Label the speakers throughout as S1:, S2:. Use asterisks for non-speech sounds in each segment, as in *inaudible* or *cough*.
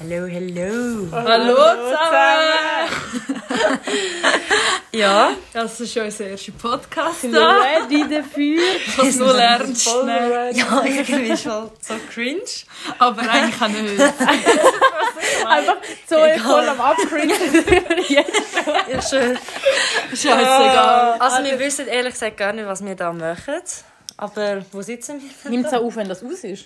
S1: Hallo, hallo.
S2: Hallo zusammen!
S1: Ja,
S2: Das ist unser erster Podcast.
S3: Sind wir
S2: da.
S3: ready dafür?
S2: Was du lernst. ne?
S1: ja irgendwie schon so cringe.
S2: Aber eigentlich
S3: *laughs*
S2: auch nicht.
S3: *laughs* Einfach so
S1: Egal.
S3: voll am Abcringen.
S1: Ja, *laughs* schön.
S2: Scheißegal.
S1: Also wir wissen ehrlich gesagt gar nicht, was wir da machen. Aber wo sitzen wir?
S3: *laughs* Nimmt es auch auf, wenn das aus ist?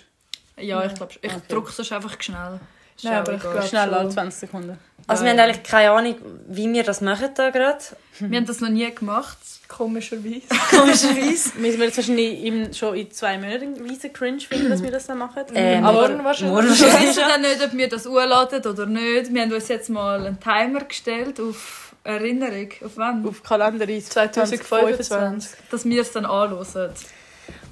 S2: Ja, ich glaube, ich drücke das einfach schnell. Ist
S3: Nein,
S2: auch
S3: aber ich
S2: egal.
S3: glaube Schneller als 20 Sekunden.
S1: Also wir haben eigentlich keine Ahnung, wie wir das machen da gerade.
S2: Wir haben das noch
S3: *laughs*
S2: nie gemacht. Komischerweise.
S1: Komischerweise.
S3: Wir sind jetzt wahrscheinlich im, schon in zwei Monaten riesen Cringe finden, dass wir das dann machen.
S1: Ähm,
S3: aber
S1: Morgen *laughs*
S2: Wir
S1: wahrscheinlich.
S2: wissen dann nicht, ob wir das hochladen oder nicht. Wir haben uns jetzt mal einen Timer gestellt auf Erinnerung. Auf wann?
S3: auf Kalender ist 2025.
S2: Dass wir es dann anhören.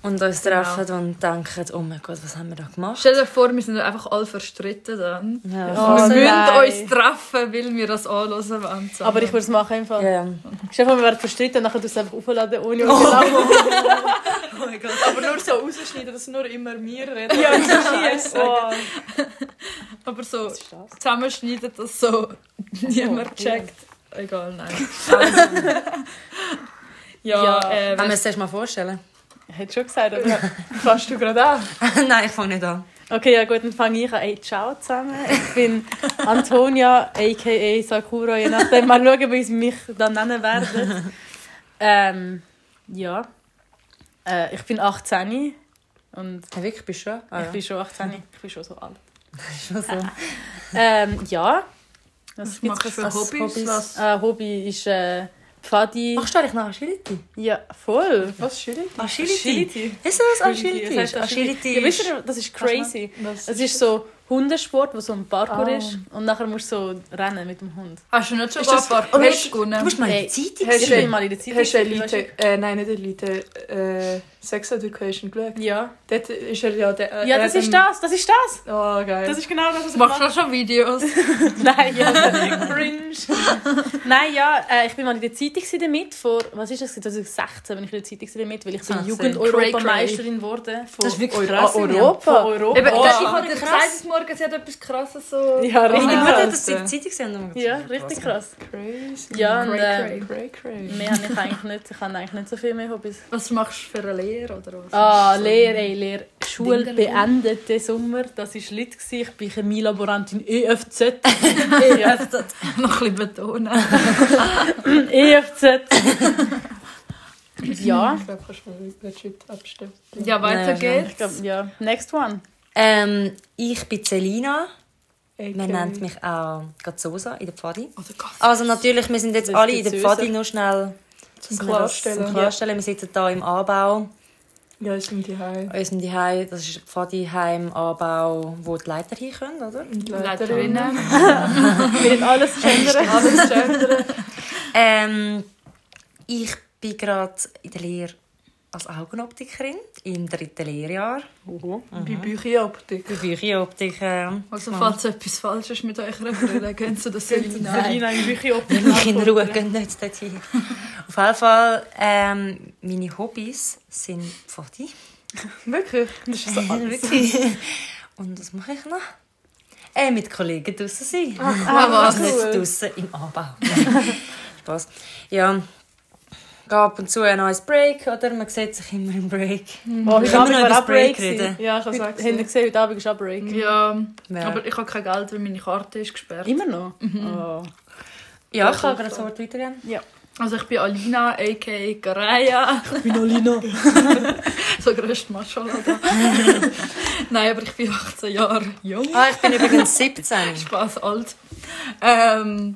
S1: Und uns treffen und denken, oh mein Gott, was haben wir da gemacht?
S2: Stell dir vor, wir sind einfach alle verstritten dann.
S1: Ja.
S3: Oh,
S2: wir müssen
S3: nein.
S2: uns treffen, weil wir das anhören wollen. zusammen.
S3: Aber ich würde es machen einfach.
S1: Ja.
S3: Stell dir vor, wir werden verstritten und dann tust du es einfach aufladen ohne uns
S4: *laughs*
S3: genau.
S1: Oh mein Gott.
S4: Aber nur so rausschneiden, dass nur immer wir reden.
S3: Ja,
S4: *laughs*
S3: das ist oh.
S2: Aber so
S3: ist das?
S2: zusammenschneiden, dass so niemand checkt. Egal, nein. ja,
S3: Ja.
S2: äh,
S1: Wollen wir
S2: wenn-
S1: es erst mal vorstellen? *laughs*
S3: Ich hätte schon gesagt, aber fährst du gerade an?
S1: Nein, ich fange nicht an.
S3: Okay, ja gut, dann fange ich an. Hey, ciao zusammen. Ich bin Antonia, a.k.a. Sakura, je nachdem. Mal schauen, wie sie mich dann nennen werden. Ähm, ja. Äh, ich bin 18 und
S1: Ja, wirklich, bist du schon? Ah,
S3: ich bin schon 18. Ich bin schon so alt.
S1: schon so.
S3: Ähm, ja.
S2: was machst du für
S1: als
S2: Hobbys?
S1: Hobbys?
S2: Was?
S3: Äh, Hobby ist äh, Pfadi.
S1: Machst du eigentlich noch Agility?
S3: Ja, voll.
S4: Was schillig?
S1: Agility? Ist das Agility?
S3: Das heißt Agility. Ja, wisst ihr, das ist crazy.
S4: Was
S3: Es ist so Hundesport, wo so ein Parkour
S2: Ah.
S3: ist und nachher musst du so rennen mit dem Hund.
S2: Hast du nicht schon
S4: Ist das-
S2: ein paar
S4: Aber
S2: Pest
S4: hast-
S1: Du
S2: gewonnen?
S1: musst mal in
S3: Hey,
S1: die Zeitung
S4: hast
S3: Ich
S4: du-
S3: bin mal in der Zeitung.
S4: Hast du Elite, äh, nein, nicht Elite, äh, Sex Education geschaut?
S3: Ja. Ähm,
S4: Dort ist er ja der... äh,
S3: Ja, das ist das, das ist das.
S4: Oh, geil.
S3: Das ist genau das, was ich
S2: Machst
S3: mache.
S2: du schon Videos?
S3: Nein, ja, *laughs* cringe. Nein, ja, äh, ich bin mal in der Zeitung gewesen damit, vor, was ist das, 2016 bin ich in der Zeitung gewesen damit, weil ich bin
S1: 16.
S3: Jugend-Europameisterin geworden. Von
S1: Das ist wirklich
S3: Eu-
S1: krass,
S3: Ah,
S1: Miriam.
S3: Europa.
S4: Von
S3: Europa.
S2: Eben,
S4: Oh,
S2: das, ich
S3: halt-
S1: aber
S2: habe dir
S1: krass.
S2: gesagt, dass morgen sie hat etwas krasses so.
S3: Ja,
S1: Meine
S3: richtig.
S4: Ah.
S1: Mutter hat
S4: krass.
S1: das in der Zeitung gesehen.
S3: Ja, richtig krass.
S4: crazy.
S3: Ja, und,
S4: cray,
S3: äh,
S4: cray, cray.
S3: Mehr habe ich eigentlich nicht, ich habe eigentlich nicht so viel mehr *laughs* Hobbys.
S2: Was machst du für eine Lehre oder was?
S3: Ah,
S2: *laughs*
S3: Lehre, ey, Lehre. Schule
S2: Dingerli.
S3: beendet den Sommer, das war Lied. gewesen. Ich bin Chemielaborantin E *laughs* EFZ.
S1: Ja, das-
S2: Noch ein bisschen betonen.
S3: *laughs* EFZ. ja.
S4: Ich glaube, kannst du mir legit abstimmen.
S2: Ja, weiter
S1: Nein, nein.
S2: geht's.
S3: Ich glaub, ja. Next one.
S1: ähm, ich bin Celina.
S4: Okay.
S1: Man nennt mich auch Gazosa in der Pfadi.
S2: Oder Gott.
S1: Also natürlich, wir sind jetzt
S3: Das
S1: alle in der
S3: Gazosa.
S1: Pfadi nur schnell
S4: Zum
S1: dass wir das Zum
S4: Klarstellen.
S1: Klarstellen. Wir sitzen hier im Anbau.
S4: Ja, ist in die Heim.
S1: Uns im Dihei, das ist Pfadiheim Anbau, wo die Leiter hin können, oder?
S4: Und
S2: Leiterinnen.
S3: Wir haben alles ändern.
S4: Alles Gender.
S1: Ähm, ich bin gerade in der Lehre als Augenoptikerin im dritten Lehrjahr.
S4: Bei Bücheroptik.
S1: Bei Bücheroptik. ähm,
S2: Also,
S1: Ja.
S2: falls etwas falsch ist mit eurer Brille, gehen zu der Selina.
S3: Selina im Büchi-Optik.
S1: Meine Kinder schauen nicht dorthin. Auf jeden Fall, ähm, meine Hobbys sind Pfadi.
S4: Wirklich?
S3: Das
S1: *laughs*
S3: ist so alles.
S1: Und was mache ich noch? Äh, mit Kollegen draußen sein.
S2: Ah, was?
S1: Also nicht draußen im Anbau. Nein. Spaß. Ja. Geh ab und zu ein neues Break, oder? Man sieht sich immer im Break.
S3: Oh, heute
S1: Können
S3: Abend
S1: wir noch über
S3: war
S1: das
S3: auch Break.
S1: Break reden?
S3: gewesen.
S4: Ja, ich kann
S3: Heute-
S4: sagen.
S3: Habt ihr gesehen, heute Abend ist auch Break.
S2: Ja,
S1: Ja.
S2: aber ich habe kein Geld, weil meine Karte ist gesperrt.
S3: Immer noch? Oh.
S1: Ja, ich kann gerade sofort weitergehen.
S2: Also ich bin Alina, a.k.a. Gareia. *laughs*
S3: Ich bin Alina.
S2: So grösst Maschalada. *laughs* Nein, aber ich bin 18 Jahre jung.
S1: Ah, ich bin übrigens
S2: *laughs*
S1: 17.
S2: Spass, alt. Ähm,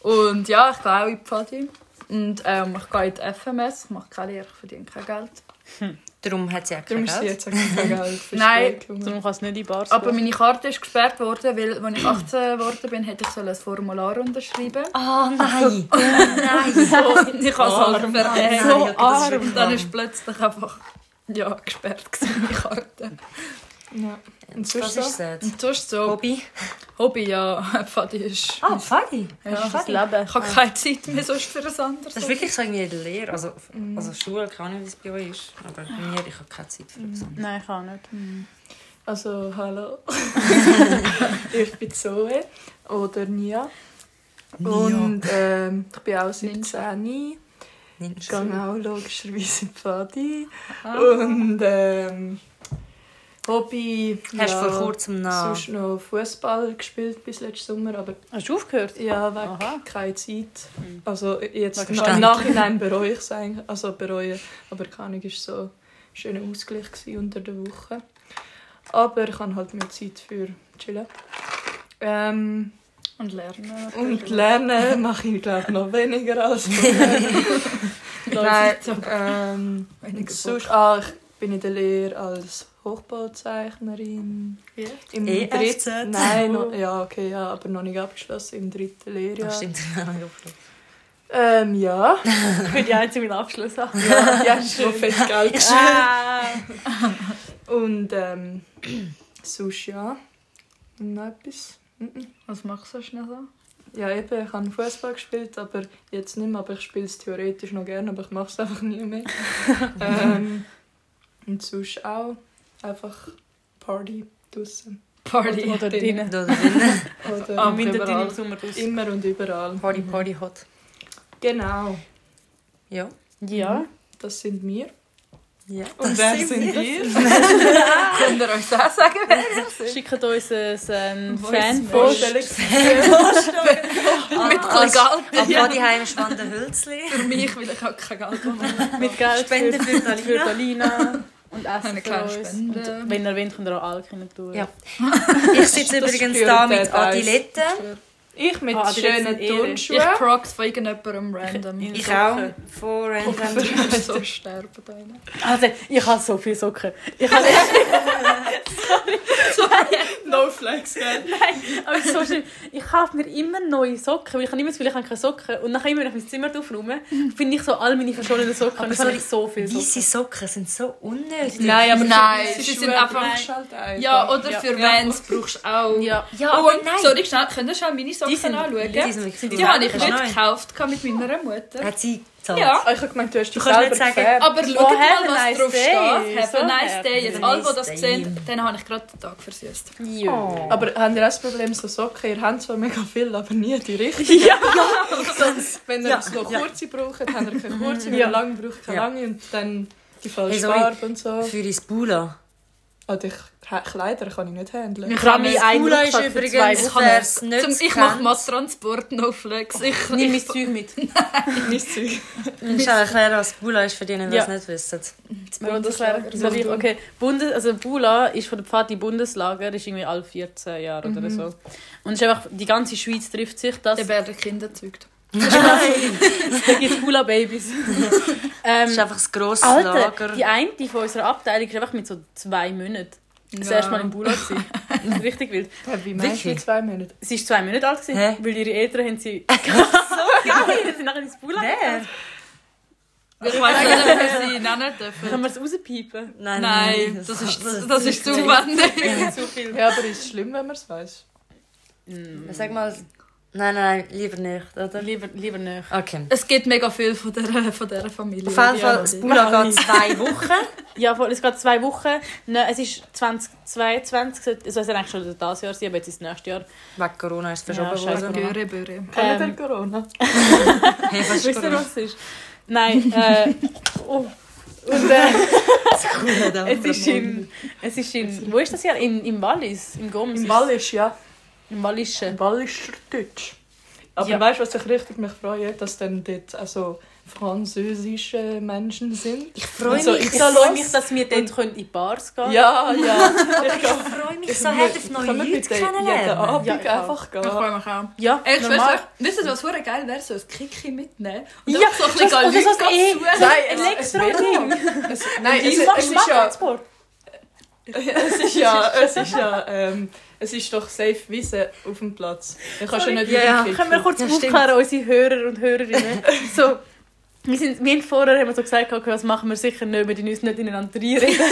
S2: und ja, ich gehe auch in die Pfadi. Und ähm, ich gehe in die FMS. Ich mache keine Lehre, ich verdiene kein Geld.
S1: Darum hat sie auch kein
S4: Darum ist sie
S1: Geld.
S4: jetzt auch kein Geld.
S2: Nein.
S3: Darum kannst du nicht in Bars
S2: Aber
S3: gehen.
S2: meine Karte ist gesperrt worden, weil als ich 18 geworden bin, hätte ich sollen ein Formular unterschreiben
S1: Ah, nein. Oh, nein.
S2: So, und ich habe es halt vergessen.
S1: So arm.
S2: Und dann ist plötzlich einfach ja, gesperrt gewesen, meine Karte.
S4: Ja. Und sonst
S1: Das
S4: so?
S1: ist sad.
S2: Und sonst so,
S1: Hobby.
S2: Hobby, ja, Pfadi ist...
S1: Ah, Pfadi.
S2: Ja.
S1: Hast du
S3: das
S1: Pfadi?
S3: Leben.
S2: Ich habe keine Zeit mehr sonst für ein anderes.
S1: Das ist wirklich so irgendwie in der Lehre. Also, also Schule kann ich, wie es bei euch ist. Aber bei mir, ich habe keine Zeit für das.
S3: Nein, ich kann nicht.
S4: Also,
S1: *laughs*
S4: hallo. ich bin Zoe oder Nia. Und ähm, ich bin auch 17. Ich
S1: Ninja.
S4: gehe auch logischerweise in die Pfadi. Und ähm, Hobby.
S1: Hast
S4: ja,
S1: vor kurzem noch.
S4: Sonst noch Fußball gespielt bis letzten Sommer, aber
S3: Hast du aufgehört?
S4: ja, weg,
S3: Aha.
S4: keine Zeit. Also jetzt
S3: Wegen
S4: na,
S1: Stand.
S4: im Nachhinein bereue ich es eigentlich. Also bereue, aber keine Ahnung, es war so ein schöner Ausgleich gewesen unter der Woche. Aber ich habe halt mehr Zeit für Chillen. Ähm,
S2: Und lernen.
S4: und lernen mache ich, glaube ich, noch weniger als vorher. Nein, ähm,
S2: Weniger
S4: sonst, ah, ich bin in der Lehre als Hochbauzeichnerin.
S2: Ja.
S4: Im
S1: EFZ?
S4: dritten, nein, noch, ja, okay, ja, aber noch nicht abgeschlossen, im dritten Lehrjahr.
S1: Ach, Ah, stimmt, ich habe noch nicht
S4: Ähm, ja.
S3: Ich würde ja jetzt meinen Abschluss haben.
S4: *laughs* Ja, ja ich hoffe, es Geld
S3: Äh,
S4: *laughs* Und ähm, sonst ja. Noch etwas? Mhm.
S2: Was machst du schnell so?
S4: Ja, eben, ich habe Fußball gespielt, aber jetzt nicht mehr. Aber ich spiele es theoretisch noch gerne, aber ich mache es einfach nie *laughs* mehr. ähm, und sonst auch einfach Party draußen.
S2: Party.
S3: Oder drinnen.
S1: Oder drinnen.
S4: Oder
S2: Ah,
S3: Am Winter
S2: überall.
S3: im Sommer raus.
S4: immer und überall.
S1: Party, Party hot.
S4: Genau,
S1: Ja.
S3: Ja.
S4: das sind wir.
S1: ja.
S4: Und wer
S2: *laughs*
S4: sind wir?
S2: Könnt ihr euch das sagen?
S3: Schickt uns ein ähm,
S2: Voice
S3: Fanpost.
S2: Mit ein bisschen
S1: Ah, Ab
S2: Geld.
S1: Bodyheim spannende Hölzli.
S2: Für mich, weil ich auch kein Geld habe.
S3: Mit Geld
S1: Spende für
S3: für,
S1: Dalina.
S3: für Dalina.
S1: *laughs*
S3: Und Essen
S2: Eine
S3: für
S2: kleine
S3: uns.
S2: Spende.
S3: Und wenn ihr wollt, könnt ihr auch Alkohol tun.
S1: Ja. Ich sitze
S4: Das
S1: übrigens
S4: spürt
S1: da
S4: der
S1: mit
S4: Teil.
S1: Adilette.
S4: Ich mit
S3: Ah, die
S4: schönen
S3: sind Ehre.
S2: Ich
S4: Turnschuhen.
S2: prox von irgendjemandem random.
S1: Ich auch. Vor random.
S2: würde so sterben. Deine.
S3: Also, ich habe so viele Socken. Ich habe echt,
S4: No flex, gell?
S3: nein, aber es ist so schlimm. Ich kaufe mir immer neue Socken, weil ich habe immer das Gefühl, ich habe keine Socken. Und nachher, immer, wenn ich mein Zimmer aufräume, finde ich so all meine verschollenen Socken.
S1: Aber
S3: und ich
S1: so
S3: habe echt so viele
S1: Diese
S3: Socken.
S1: Socken sind so unnötig.
S4: Nein, aber
S2: Nein,
S4: so gewisse
S2: sie sind
S4: Schuhe
S2: einfach-
S4: brauchst du halt einfach.
S2: Ja, oder
S3: Ja.
S2: für
S4: Ja.
S2: Vans brauchst du auch.
S3: Ja.
S1: Ja,
S2: Oh,
S1: aber
S2: und,
S1: nein.
S2: sorry, schnell, könnt ihr schnell meine Socken
S3: Die sind-
S2: anschauen?
S1: Die sind Äh, wirklich
S2: Die,
S1: cool.
S2: habe ich
S1: Kannst du
S2: nicht
S1: noch
S2: gekauft kann mit meiner Mutter.
S1: einen? Hat sie gezahlt?
S2: Ja.
S4: Ah, Ich habe gemeint, du hast dich
S1: kannst
S4: selber
S1: nicht sagen-
S4: gefärbt.
S2: Aber schau
S3: Oh, have
S2: mal,
S3: a
S2: was
S3: nice
S2: drauf
S3: day.
S2: steht. Have
S3: So
S2: a nice
S3: happy.
S2: day. Jetzt,
S1: Have a
S2: alle, die
S1: nice
S2: das
S1: day.
S2: sehen, denen habe ich gerade den Tag versüßt.
S3: Ja.
S4: oh.
S1: Oh.
S4: Aber habt ihr auch das Problem, so Socken, ihr habt zwar mega viel, aber nie die richtigen. *laughs*
S3: Ja.
S4: Wenn ihr
S1: Ja.
S4: so
S1: Ja.
S4: kurze braucht, habt ihr keine kurze, wenn
S3: Ja.
S4: ihr lange braucht, keine
S1: Ja.
S4: lange. Und dann die
S1: Hey,
S4: falsche
S1: sorry.
S4: Farbe und so.
S1: Für uns Bula.
S4: Oder ich- Ha- Kleider kann ich nicht handeln.
S3: Ich habe
S1: Mein
S3: meinen einen
S1: Bula ist
S3: Rucksack für zwei
S1: übrigens,
S3: Wochen.
S1: wer es nicht
S2: Zum, ich
S1: kennt,
S2: mache mal Transport, no flex. Ich,
S3: Nimm mein
S2: ich,
S1: *laughs*
S3: Zeug mit.
S4: mein Zeug.
S1: Ich kann erklären, was Bula ist, für die, die es
S3: Ja.
S1: nicht wissen.
S2: Bundeslager.
S3: Soll ich- Okay, Bundes, also Bula ist von der Pfadi Bundeslager, ist irgendwie alle 14 Jahre
S1: Mhm.
S3: oder so. Und es ist einfach, die ganze Schweiz trifft sich das.
S2: Dann werden Kinder gezeugt.
S3: Da gibt es Bula-Babys.
S1: *laughs* Das ist
S3: ähm,
S1: einfach das grosse
S3: Alter,
S1: Lager.
S3: die eine die von unserer Abteilung ist einfach mit so zwei Monaten das erste Mal in Bula. gewesen.
S1: *laughs*
S3: Richtig wild.
S4: Ja, wie meinst du
S1: Wirklich?
S4: zwei Monate?
S3: Sie war zwei Monate alt, gewesen,
S1: Hä?
S3: weil ihre Eltern
S1: *laughs*
S3: haben sie... *laughs* so geil! Sie sind nachher ins Bula
S1: Wer?
S2: Ich weiß nicht, ob wir sie nennen dürfen.
S3: Können wir es rauspiepen?
S1: Nein,
S2: Nein, das ist, das ist zu
S3: Zu viel.
S4: Ja, aber ist es schlimm, wenn man es weiss?
S1: Sag mal... Nein, nein, lieber nicht, oder?
S3: Lieber, lieber nicht.
S1: Okay.
S2: Es gibt mega viel von dieser, von dieser Familie.
S1: Auf jeden Fall, das Bula geht zwei Wochen.
S3: Ja, voll, es geht zwei Wochen. Nein, es ist 2022, sollte- es soll eigentlich schon dieses Jahr sein, aber jetzt ist es nächstes Jahr.
S1: Wegen Corona ist es
S3: Ja,
S1: verschoben
S3: scheiße.
S1: worden.
S2: Göre, Böre.
S4: Kennt
S3: Ähm.
S4: ihr Corona?
S1: Hey, was ist
S3: Wisst ihr,
S1: Corona?
S3: was es ist? Nein,
S1: *laughs*
S3: äh, oh. Und äh, es, ist in, es ist in, wo ist das Jahr? In, im Wallis, im Goms.
S4: *laughs* Im Wallisch, ja.
S3: Im Wallischen.
S4: Im Wallischer Deutsch. Aber
S3: Ja.
S4: weißt du, was ich richtig mich freue? Dass dann dort also französische Menschen sind.
S1: Ich freue mich
S3: Also,
S1: so,
S3: ich
S1: ich
S3: freue mich, dass wir dort können in Bars gehen
S4: *laughs* Ja, ja.
S1: freue mich so hart auf neue
S4: Können wir
S1: Leute
S4: bitte Jeden
S1: kennenlernen.
S4: Abend
S3: Ja, ich
S4: einfach gehen.
S2: Ich freue mich auch.
S3: Ja,
S2: Ey, ich
S3: normal.
S2: schwöre, wisst ihr, was verdammt geil wäre? So ein Kiki mitnehmen. Und
S3: Ja,
S2: einfach so ein bisschen
S3: das- das- das-
S2: Leute
S3: eh-
S2: suchen.
S3: Nein,
S4: es-
S3: Elektro-Ding.
S4: Es, nein, es,
S3: Du
S4: es,
S3: machst
S4: ist ja,
S3: Schwarzsport.
S4: *laughs* es ist ja, es ist ja, ähm, es ist doch safe Wissen auf dem Platz. Dann kannst du
S3: Sorry.
S4: ja nicht
S1: Ja, ja.
S4: wieder
S3: Können wir kurz
S1: Ja, stimmt.
S3: aufklären, unsere Hörer und Hörerinnen? so, wir, sind, wir haben vorher haben wir so gesagt, okay, was machen wir sicher nicht, wir dürfen uns nicht ineinander reinreden.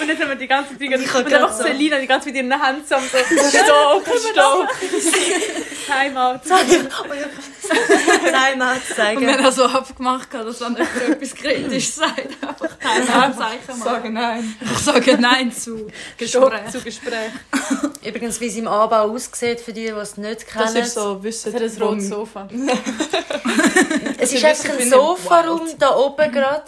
S3: und jetzt haben wir die ganze Zeit...
S1: Ich kann
S3: Und einfach
S1: grad so-
S3: *laughs* Selina die ganze Zeit mit ihren Händen zusammen so... Stopp, stopp. Timeout.
S1: Timeout zu
S2: Und wir
S1: sagen.
S2: haben auch so abgemacht, dass wenn jemand etwas kritisch sagt, einfach kein Anzeichen machen.
S4: Sagen nein.
S2: Ich sage Nein zu Gesprächen.
S3: zu Gespräch.
S1: Übrigens, wie es im Anbau aussieht, für die, die es nicht
S4: Das
S1: kennen.
S4: ist so, wissen
S3: Das hat ein
S4: wo-
S3: rotes Sofa.
S1: es ist
S4: Sie
S1: einfach
S4: wissen,
S1: ein
S4: wie Mhm.
S1: Sofa-Raum da oben gerade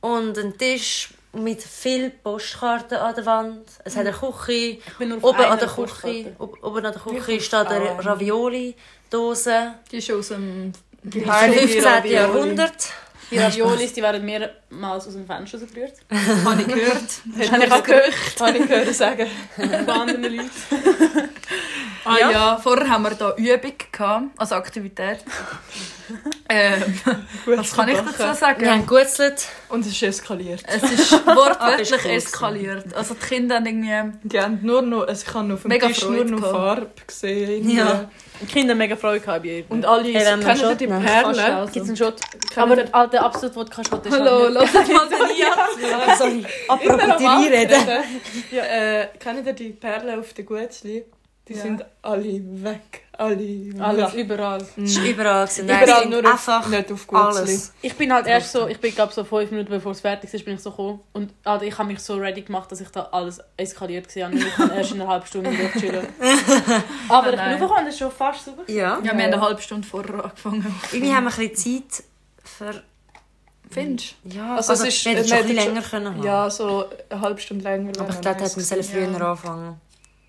S1: und ein Tisch mit viel Postkarten an der Wand. Es hat eine
S4: Mhm.
S1: Küche.
S3: bin nur auf
S1: Oben an
S3: einer
S1: der
S3: Postkarte.
S1: Küche, ob- oben an der Küche
S4: Wirklich?
S1: steht eine
S4: Ah.
S1: Ravioli-Dose.
S2: Die ist aus dem...
S4: Die heilige
S1: 15.
S4: Ravioli.
S1: Jahrhundert.
S3: Die Raviolis die werden mehrmals aus dem Fenster gerührt.
S2: Habe ich gehört.
S3: Das habe ich auch gehört
S4: Habe ich gehört *laughs* sagen.
S3: von anderen Leuten.
S2: Ah
S1: Ja.
S2: ja, vorher haben wir da Übung gehabt, also Aktivität. ähm, was kann ich dazu
S1: Wir haben
S2: sagen?
S1: gegutzelt.
S4: Und es ist eskaliert.
S2: Es ist
S1: Ah, das ist
S2: wortwörtlich
S1: cool
S2: eskaliert. Also die Kinder haben irgendwie...
S4: Die haben nur noch, also ich habe auf dem
S2: Mega
S4: Tisch
S2: Freude
S4: nur noch
S2: gehabt.
S4: Farbe gesehen.
S1: Ja.
S3: Die Kinder haben mega Freude gehabt bei ihr.
S4: Und alle
S1: Hey, wenn wir
S4: kennen
S1: schon-
S4: die
S1: Nein.
S4: Perlen.
S2: Also.
S3: Gibt es einen Shot? Aber
S4: Aber
S3: der, ah, der absolute Wodka-Shot ist
S2: Hallo,
S3: halt nicht-
S2: lass *laughs* mal den Jan.
S1: Sorry,
S3: *laughs*
S1: apropos die reinreden.
S4: *laughs* ja. äh, kennt ihr die Perlen auf den Guetzli? Die
S2: Ja.
S4: sind alle weg. Alle
S3: Alles,
S4: weg.
S3: überall.
S1: Es war überall. gewesen. Nein,
S4: Überall
S1: es sind
S4: nur auf,
S1: einfach
S4: nicht auf Guetzli.
S1: alles.
S3: Ich bin halt erst so, ich bin glaube so fünf Minuten bevor es fertig ist, bin ich so gekommen. Und also ich habe mich so ready gemacht, dass ich da alles eskaliert gesehen habe. Und ich kann erst in einer halben Stunde *laughs* durchchillen. Aber
S2: Ah,
S3: ich bin
S2: nein.
S3: raufgekommen und es ist schon fast super.
S1: Ja.
S2: Ja, wir haben eine halbe Stunde vorher angefangen.
S1: Irgendwie haben wir ein bisschen Zeit für...
S2: Findest du?
S1: Ja,
S4: Also es ist-
S1: wir hätten
S4: wir
S1: schon ein
S4: hätten
S1: bisschen
S4: schon-
S1: länger können haben.
S4: Ja, so eine halbe Stunde länger.
S1: Aber
S4: wenn
S1: ich dachte,
S4: man
S1: hätten wir sollen
S2: gewesen,
S1: früher
S2: ja.
S1: anfangen.